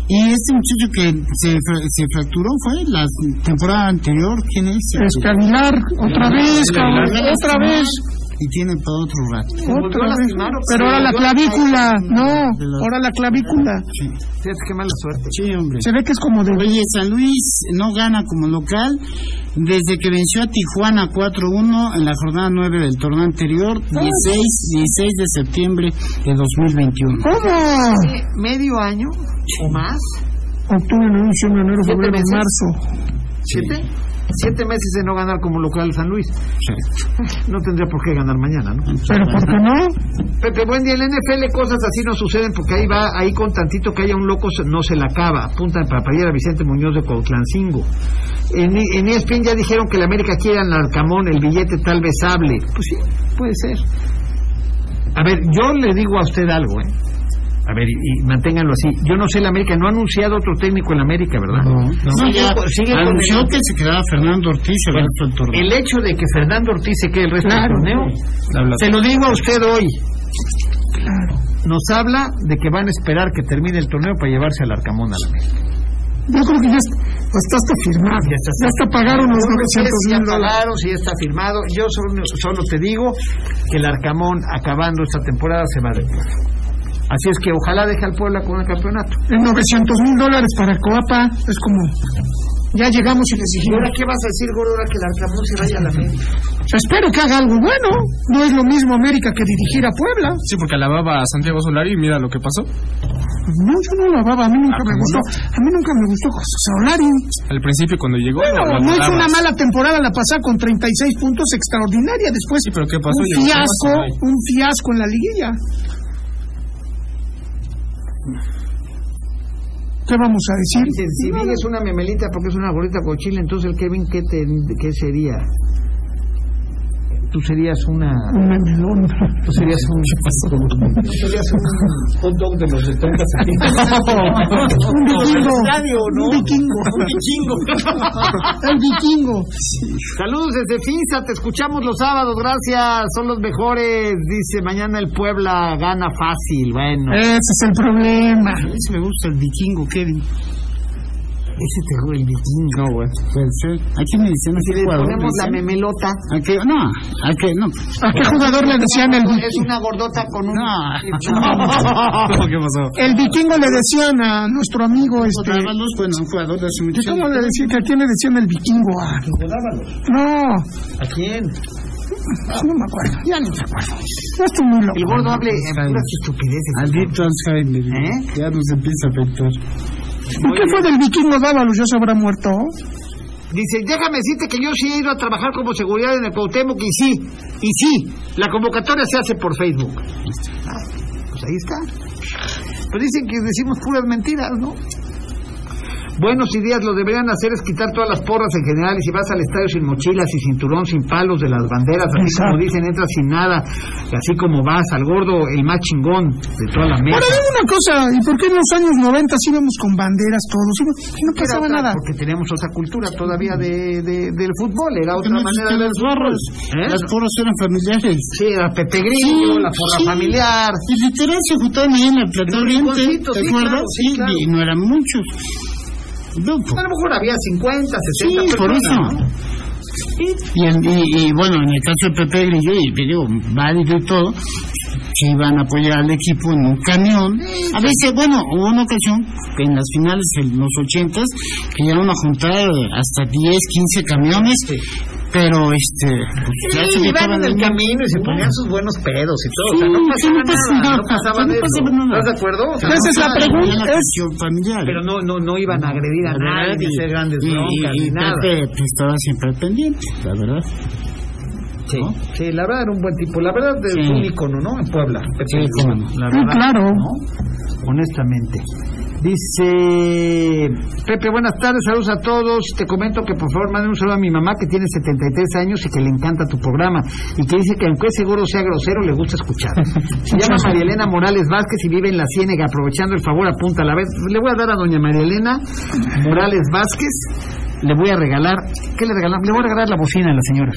Speaker 7: Y este muchacho que se, se fracturó fue la temporada anterior, ¿quién es?
Speaker 8: Este Aguilar, otra vez, cabrón, otra vez
Speaker 7: y tiene para otro rato.
Speaker 8: Otra vez, pero ahora la clavícula, no, ahora la clavícula.
Speaker 5: Sí. Fíjate qué mala suerte.
Speaker 7: Sí, hombre.
Speaker 8: Se ve que es como de...
Speaker 7: Oye, San Luis no gana como local desde que venció a Tijuana 4-1 en la jornada 9 del torneo anterior, 16, 16 de septiembre de 2021.
Speaker 8: ¿Cómo?
Speaker 5: Eh, Medio año o más.
Speaker 8: Octubre, noviembre, enero, febrero, marzo.
Speaker 5: ¿Siete? Siete meses de no ganar como local San Luis. No tendría por qué ganar mañana, ¿no?
Speaker 8: Pero ¿por qué no?
Speaker 5: Pepe, buen día. En la NFL cosas así no suceden porque ahí va, ahí con tantito que haya un loco se- no se la acaba. Apuntan para a Vicente Muñoz de Cuautlancingo. En, en E ESPN ya dijeron que la América quiere al Arcamón, el billete tal vez hable. Pues sí, puede ser. A ver, yo le digo a usted algo, ¿eh? A ver, y, y manténganlo así. Yo no sé la América, no ha anunciado otro técnico en la América, ¿verdad?
Speaker 7: No,
Speaker 5: Sigue
Speaker 7: ya
Speaker 5: con- sigue con
Speaker 7: anunció
Speaker 5: el-
Speaker 7: que se quedaba Fernando Ortiz el resto del torneo.
Speaker 5: el hecho de que Fernando Ortiz se quede el resto
Speaker 7: Claro.
Speaker 5: del torneo, se lo digo a usted hoy. Nos habla de que van a esperar que termine el torneo para llevarse al Arcamón a la mesa.
Speaker 8: Yo creo que ya es- está hasta firmado.
Speaker 5: Ya está-
Speaker 8: Ah, Ya hasta pagaron los
Speaker 5: Si
Speaker 8: 900
Speaker 5: ya
Speaker 8: mil dólares.
Speaker 5: pagaron, si ya está firmado. Yo solo, solo te digo que el Arcamón, acabando esta temporada, se va de Puebla. Así es que ojalá deje al Puebla con el campeonato.
Speaker 8: En 900 mil dólares para Coapa es como... Ya llegamos y les
Speaker 5: ¿Y
Speaker 8: dijimos,
Speaker 5: ahora qué vas a decir, gordo, ahora que el Arcamón se vaya a la mesa?
Speaker 8: espero que haga algo bueno. No es lo mismo América que dirigir a Puebla.
Speaker 9: Sí, porque alababa a Santiago Solari y mira lo que pasó. Ah,
Speaker 8: No, yo no lo amaba, a mí nunca me gustó. A mí nunca me gustó Solari.
Speaker 9: Al principio cuando llegó...
Speaker 8: Bueno,
Speaker 9: lo
Speaker 8: no hizo
Speaker 9: alababas.
Speaker 8: una mala temporada la pasada con 36 puntos extraordinaria. Después
Speaker 9: Sí, pero ¿qué pasó?
Speaker 8: un
Speaker 9: Llegó
Speaker 8: fiasco,
Speaker 9: Solari.
Speaker 8: un fiasco en la liguilla. ¿Qué vamos a decir?
Speaker 5: Dicen, Pues si bien es una memelita porque es una gorrita con chile, entonces el Kevin, ¿qué, te, qué sería? Tú serías una...
Speaker 8: Un melón.
Speaker 5: Tú serías un... Tú serías un hot dog de los 70
Speaker 8: Un vikingo. Un vikingo. El vikingo.
Speaker 5: Saludos desde Finza, te escuchamos los sábados, gracias, son los mejores. Dice, mañana el Puebla gana fácil, bueno.
Speaker 8: Ese es el problema.
Speaker 7: A mí sí me gusta el vikingo Kevin.
Speaker 5: Ese te juega el vikingo.
Speaker 9: No, güey.
Speaker 7: ¿A quién le dicen? ¿A
Speaker 5: Si
Speaker 7: qué
Speaker 5: le
Speaker 7: jugador
Speaker 5: ponemos la
Speaker 7: le dicen?
Speaker 5: memelota,
Speaker 7: ¿A qué? No, ¿a qué? No.
Speaker 8: ¿A qué jugador le decían el
Speaker 5: es
Speaker 8: vikingo?
Speaker 5: una gordota con un...
Speaker 7: No.
Speaker 9: No, ¿Qué pasó?
Speaker 8: El vikingo le decían a nuestro amigo este.
Speaker 7: Dávalos, bueno, un jugador de hace mucho tiempo.
Speaker 8: ¿Cómo le decían? ¿A quién le decían el vikingo? Ah, no,
Speaker 5: ¿A quién?
Speaker 8: no me acuerdo. Ya ni me acuerdo. Ya estoy muy
Speaker 5: El
Speaker 8: loco.
Speaker 5: gordo hable en puras estupideces.
Speaker 7: Adicto Alzheimer.
Speaker 5: ¿Eh?
Speaker 7: Ya nos empieza a afectar.
Speaker 8: ¿Por qué fue del vikingo Dávalos? ¿Ya se habrá muerto?
Speaker 5: Dice, déjame decirte que yo sí he ido a trabajar como seguridad en el Cuauhtémoc y sí, y sí, la convocatoria se hace por Facebook. Ah, pues ahí está. Pero dicen que decimos puras mentiras, ¿no? Buenos días, lo deberían hacer es quitar todas las porras en general y si vas al estadio sin mochilas y cinturón, sin palos de las banderas, así como dicen, entras sin nada, y así como vas al gordo, el más chingón de toda la mesa.
Speaker 8: Ahora dime una cosa, ¿y por qué en los años 90 sí íbamos con banderas todos? Y no- y no
Speaker 5: Era
Speaker 8: pasaba
Speaker 5: otra,
Speaker 8: nada.
Speaker 5: Porque teníamos otra cultura todavía de, de- del fútbol, era otra
Speaker 7: no
Speaker 5: manera
Speaker 7: existían
Speaker 5: de
Speaker 7: las porras.
Speaker 5: ¿Eh?
Speaker 7: Las porras eran familiares.
Speaker 5: Sí, era Pepe Grillo,
Speaker 7: Sí,
Speaker 5: la porra
Speaker 7: sí.
Speaker 5: familiar.
Speaker 7: Y literal se juntaban ahí en
Speaker 5: En
Speaker 7: el
Speaker 5: un
Speaker 7: platón oriente,
Speaker 5: rinconcito,
Speaker 7: ¿te
Speaker 5: sí,
Speaker 7: acuerdas?
Speaker 5: claro, sí,
Speaker 7: Sí,
Speaker 5: claro.
Speaker 7: y no eran muchos. No, pues,
Speaker 5: A lo mejor había 50, 60
Speaker 7: sí, por
Speaker 5: personas.
Speaker 7: eso.
Speaker 5: ¿no?
Speaker 7: Y, en- y- y, bueno, en el caso de Pepe Grillo, y te digo, válido y todo, que iban a apoyar al equipo en un camión. A veces, bueno, hubo una ocasión, que en las finales, en los ochentas, que llegaron a juntar hasta 10, 15 camiones, pero este... pues, ya se
Speaker 5: Sí, iban
Speaker 7: botaban
Speaker 5: en el
Speaker 7: algunos.
Speaker 5: camino y se ponían sus buenos pedos y todo. o
Speaker 7: Sí, sí,
Speaker 5: sea, no
Speaker 7: no
Speaker 5: pasaba
Speaker 7: pasa
Speaker 5: nada, no
Speaker 7: nada,
Speaker 5: pasaba
Speaker 7: no
Speaker 5: de eso.
Speaker 7: pasaba nada.
Speaker 5: ¿Estás de acuerdo? O sea,
Speaker 8: Esa es la
Speaker 5: no,
Speaker 8: pregunta,
Speaker 7: Era
Speaker 8: es-
Speaker 7: cuestión familiar.
Speaker 5: Pero no, no, no iban a agredir a nadie, ni hacer grandes
Speaker 7: y,
Speaker 5: broncas,
Speaker 7: y-
Speaker 5: ni
Speaker 7: y
Speaker 5: nada.
Speaker 7: Pepe pues, estaba siempre pendiente, la verdad.
Speaker 5: Sí, sí, la verdad era un buen tipo. La verdad es
Speaker 7: Sí.
Speaker 5: un ícono, ¿no? En Puebla.
Speaker 7: Sí,
Speaker 5: Pepe
Speaker 7: cómo no.
Speaker 5: La
Speaker 8: Sí,
Speaker 5: verdad.
Speaker 8: claro.
Speaker 5: honestamente. Dice Pepe, buenas tardes, saludos a todos. Te comento que por favor mande un saludo a mi mamá que tiene 73 años y que le encanta tu programa y que dice que aunque seguro sea grosero, le gusta escuchar. Se llama María Elena Morales Vázquez y vive en La Ciénega. Aprovechando el favor, apúntala. A ver, le voy a dar a doña María Elena Morales Vázquez, le voy a regalar, ¿qué le regalamos? Le voy a regalar la bocina a la señora.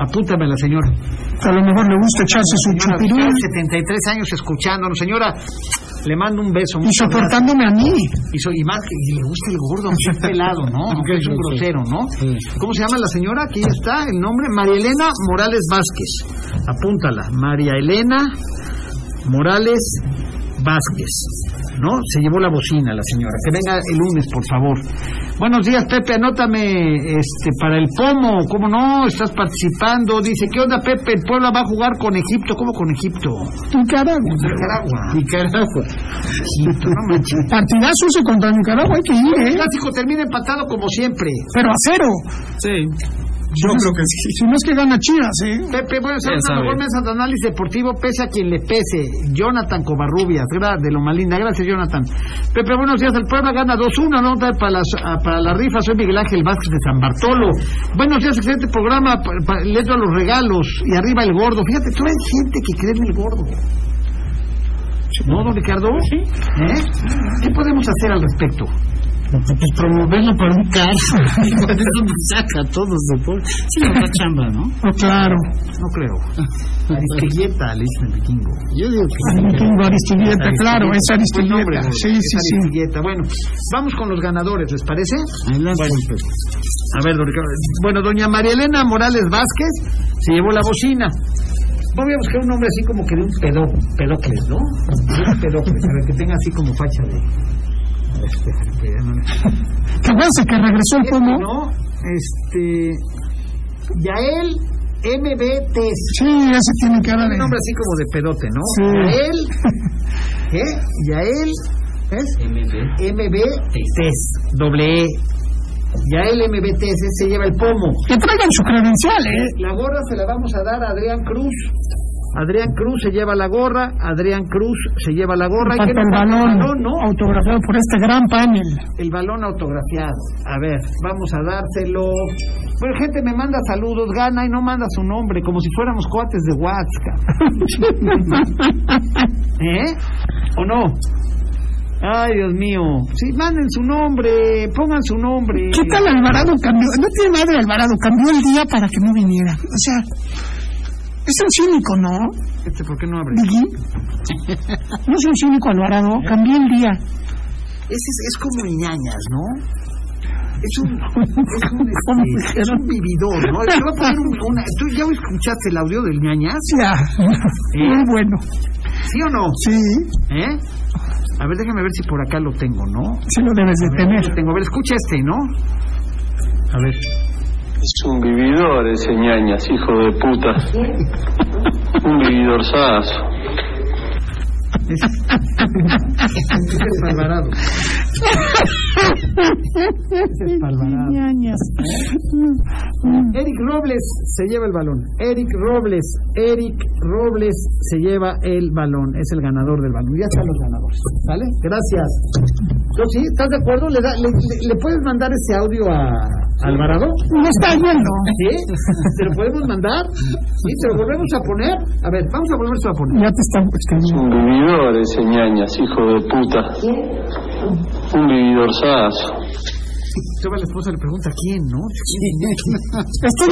Speaker 5: Apúntame a la señora.
Speaker 8: A lo mejor le gusta echarse su
Speaker 5: Señora,
Speaker 8: chupirul
Speaker 5: tiene 73 años escuchándonos. Señora, le mando un beso.
Speaker 8: y
Speaker 5: muchas gracias.
Speaker 8: soportándome a mí.
Speaker 5: Y, soy, y más que y le gusta el gordo, aunque es pelado, ¿no? Aunque es un grosero, ¿no? ¿Cómo se llama la señora? Aquí está el nombre, María Elena Morales Vázquez. Apúntala, María Elena Morales Vázquez, ¿no? Se llevó la bocina la señora. Que venga el lunes, por favor. Buenos días, Pepe, anótame este para el pomo. ¿Cómo no? Estás participando. Dice, ¿qué onda, Pepe? El Puebla va a jugar con Egipto. ¿Cómo con Egipto?
Speaker 8: Nicaragua.
Speaker 5: Nicaragua. Nicaragua. Egipto, no manches.
Speaker 8: Partidazo se contra Nicaragua, hay que ir,
Speaker 5: El
Speaker 8: ¿eh?
Speaker 5: clásico termina empatado como siempre.
Speaker 8: Pero a cero.
Speaker 9: Sí. Yo creo que sí.
Speaker 8: Si no es que gana Chivas, ¿eh?
Speaker 5: Pepe, bueno,
Speaker 9: Ya
Speaker 5: es la
Speaker 9: sabe.
Speaker 5: mejor mesa de análisis deportivo, pese a quien le pese. Jonathan Covarrubias, gra- de Loma Linda. Gracias, Jonathan. Pepe, buenos días. El Puebla gana 2-1, ¿no? Para las- ah, para la rifa, soy Miguel Ángel Vázquez de San Bartolo. Buenos días, excelente programa. pa- pa- Le entro a los regalos y arriba el gordo. Fíjate, tú hay gente que cree en el gordo. ¿No, don Ricardo? Sí. ¿Qué podemos hacer al respecto?
Speaker 7: Pues promoverlo para un caso. es donde saca a todos de por. Sí, la otra chamba, ¿no?
Speaker 8: No, claro.
Speaker 5: No creo. Aristeguieta, le dicen el vikingo.
Speaker 7: Yo digo que
Speaker 8: Ahí tengo a Aristivieta, claro, es
Speaker 5: pues,
Speaker 8: Aristivieta. Sí,
Speaker 5: Es
Speaker 8: sí, sí.
Speaker 5: Aristivieta. Bueno, vamos con los ganadores, ¿les parece?
Speaker 7: Adelante.
Speaker 5: A ver, don Ricardo. Bueno, doña María Elena Morales Vázquez se llevó la bocina. Voy a buscar un nombre así como que de un pedo, pedocles, ¿no? De un pedocles, a ver, que tenga así como facha de... Este, que ya no me-
Speaker 8: ¿Te acuerdas que regresó el pomo?
Speaker 5: ¿No? Este... Yael MBT.
Speaker 8: Sí, ese tiene cara de.
Speaker 5: Un nombre así como de pedote, ¿no?
Speaker 8: Sí.
Speaker 5: Yael... ¿Eh? Yael... ¿Es? MBT. Doble E. Yael MBT se lleva el pomo.
Speaker 8: Que traigan su credencial, ¿eh?
Speaker 5: La gorra se la vamos a dar a Adrián Cruz. Adrián Cruz se lleva la gorra, Adrián Cruz se lleva la gorra. ¿Y qué
Speaker 8: Falta el
Speaker 5: nos falta?
Speaker 8: balón,
Speaker 5: El balón, ¿no?
Speaker 8: autografiado por este gran panel.
Speaker 5: El balón autografiado. A ver, vamos a dárselo. Bueno, gente me manda saludos, gana y no manda su nombre, como si fuéramos cuates de Huatzca. ¿Eh? ¿O no? Ay, Dios mío. Sí, manden su nombre, pongan su nombre.
Speaker 8: ¿Qué tal Alvarado cambió? No tiene madre Alvarado, cambió el día para que no viniera. O sea, es un cínico, ¿no?
Speaker 5: Este, ¿por qué no abre?
Speaker 8: Bigui? No es un cínico Alvarado, cambió el día.
Speaker 5: Ese es, es como ñañas, ¿no? Es un, es un, este, es un vividor, ¿no? Te voy a poner un- una- ¿Tú ya escuchaste el audio del ñañas?
Speaker 8: Ya. Muy bueno.
Speaker 5: ¿Sí o no?
Speaker 8: Sí,
Speaker 5: ¿Eh? A ver, déjame ver si por acá lo tengo, ¿no?
Speaker 8: sí lo debes de
Speaker 5: A ver,
Speaker 8: tener.
Speaker 5: lo tengo. A ver, escucha este, ¿no? A ver.
Speaker 13: Es un vividor ese ñañas, hijo de puta. Un vividorzazo.
Speaker 5: Este es Alvarado.
Speaker 8: Ñañas.
Speaker 5: Eric Robles se lleva el balón. Eric Robles, Eric Robles se lleva el balón. Es el ganador del balón. Ya están los ganadores. ¿Vale? Gracias. Yo sí, ¿estás de acuerdo? ¿Le, da- le, le- le puedes mandar ese audio a a Alvarado?
Speaker 8: No está viendo.
Speaker 5: ¿Sí? ¿Te lo podemos mandar? ¿Sí? ¿Te lo volvemos a poner? A ver, vamos a volverse a poner.
Speaker 8: Ya te está
Speaker 13: Es
Speaker 8: buscando.
Speaker 13: un vividor ese ñañas, hijo de puta. Un vividorzazo.
Speaker 5: Todavía la esposa le pregunta quién, ¿no?
Speaker 8: Estoy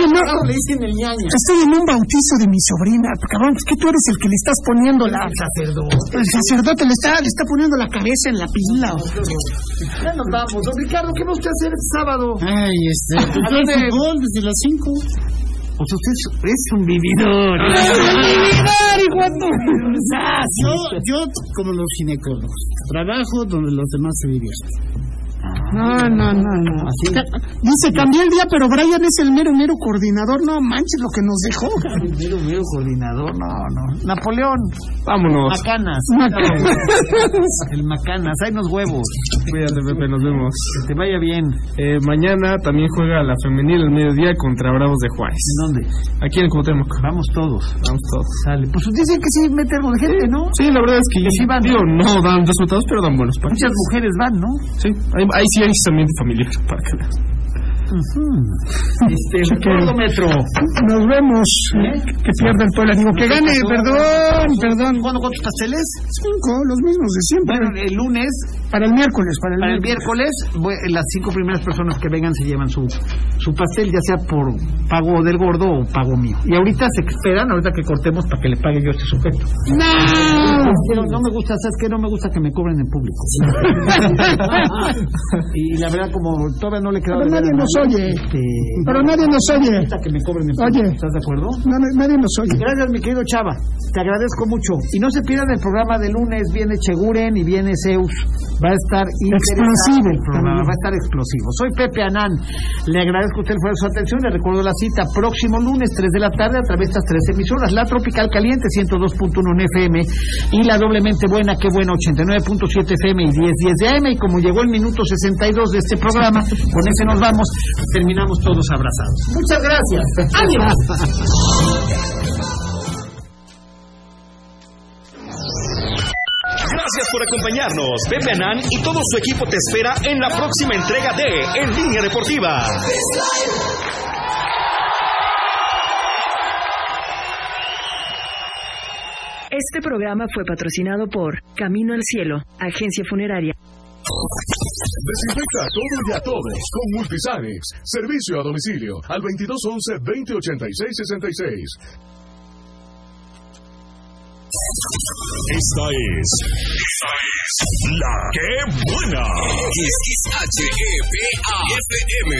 Speaker 8: en,
Speaker 5: Claro,
Speaker 8: un-
Speaker 5: le dicen el ñaña.
Speaker 8: estoy en un bautizo de mi sobrina. Cabrón, es que tú eres el que le estás poniendo la.
Speaker 5: sacerdote.
Speaker 8: El sacerdote le está, le está poniendo la cabeza en la pila.
Speaker 5: Ya nos vamos. Don Ricardo, ¿qué vamos a hacer el sábado?
Speaker 7: Ay, este.
Speaker 5: ¿A dónde?
Speaker 7: el fútbol desde las 5.
Speaker 5: Pues usted es, es un vividor.
Speaker 7: Yo, yo, como los ginecólogos, trabajo donde los demás se divierten.
Speaker 8: No, no, no, no.
Speaker 7: Así.
Speaker 8: Ca- Dice, cambié el día, pero Brian es el mero, mero coordinador. No manches lo que nos dejó.
Speaker 5: Miro, miro, coordinador. No, no. Napoleón.
Speaker 8: Pues,
Speaker 9: Vámonos.
Speaker 5: Macanas. El Macanas. Hay unos huevos.
Speaker 9: Cuídate, Pepe, nos vemos.
Speaker 5: Que te vaya bien.
Speaker 9: Eh, mañana también juega la femenil al mediodía contra Bravos de Juárez.
Speaker 5: ¿En dónde?
Speaker 9: Aquí en Cuauhtémoc.
Speaker 5: Vamos todos.
Speaker 9: Vamos todos.
Speaker 5: Sale. Pues dicen que sí mete algo de gente, ¿no?
Speaker 9: Sí, la verdad es que
Speaker 5: sí van.
Speaker 9: digo, no dan resultados, pero dan buenos partidos.
Speaker 5: Muchas mujeres van, ¿no?
Speaker 9: Sí, ahí, ahí sí hay ambiente familiar para que veas.
Speaker 5: Este, el metro.
Speaker 8: Nos vemos. Que pierda el pueblo. Digo, que gane, perdón, perdón.
Speaker 5: ¿Cuándo cuántos pasteles?
Speaker 8: Cinco, los mismos de siempre.
Speaker 5: Bueno, el lunes,
Speaker 8: Para el miércoles, para el,
Speaker 5: para el miércoles, voy- las cinco primeras personas que vengan se llevan su, su pastel, ya sea por pago del gordo o pago mío. Y ahorita se esperan, ahorita que cortemos, para que le pague yo a este sujeto.
Speaker 8: ¡No!
Speaker 5: Pero no me gusta, ¿sabes qué? No me gusta que me cobren en público. y la verdad, como todavía no le queda...
Speaker 8: Pero nadie nos oye. Este... Pero nadie nos oye.
Speaker 5: Que me cobren el
Speaker 8: oye.
Speaker 5: ¿Estás de acuerdo?
Speaker 8: No, nadie nos oye.
Speaker 5: Gracias, mi querido Chava. Te agradezco mucho. Y no se pierdan el programa de lunes. Viene Cheguren y viene Zeus. Va a estar
Speaker 8: explosivo.
Speaker 5: El programa. Va a estar explosivo. Soy Pepe Anán. Le agradezco a usted por su atención. Le recuerdo la cita próximo lunes, 3 de la tarde, a través de estas tres emisoras. La Tropical Caliente, 102.1 en FM. Y la Doblemente Buena, qué bueno, 89.7 FM y 1010 10 de AM. Y como llegó el minuto 62 de este programa, con ese nos vamos. Terminamos todos abrazados. Muchas gracias. Adiós.
Speaker 3: Gracias por acompañarnos. Pepe Anán y todo su equipo te espera en la próxima entrega de En Línea Deportiva.
Speaker 1: Este programa fue patrocinado por Camino al Cielo, agencia funeraria.
Speaker 2: Desinfecta a todos y a todos con Multisanex. Servicio a domicilio al 2211-2086-66.
Speaker 4: Esta es. Esta es. La que buena.
Speaker 14: XHEPA FM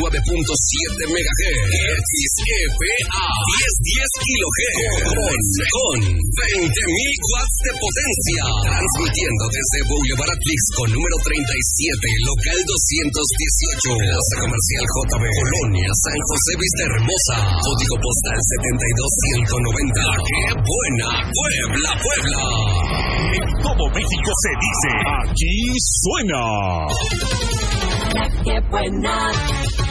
Speaker 14: 89.7 MHz. XEPA 1010 kHz. Con 20.000 watts de potencia. Transmitiendo desde Boulevard Atlixco número 37, local 218. Plaza Comercial JB. Colonia San José Vista Hermosa. Código postal 72190. La que buena. Puebla, Puebla.
Speaker 4: En todo México se dice, aquí suena.
Speaker 15: La que buena.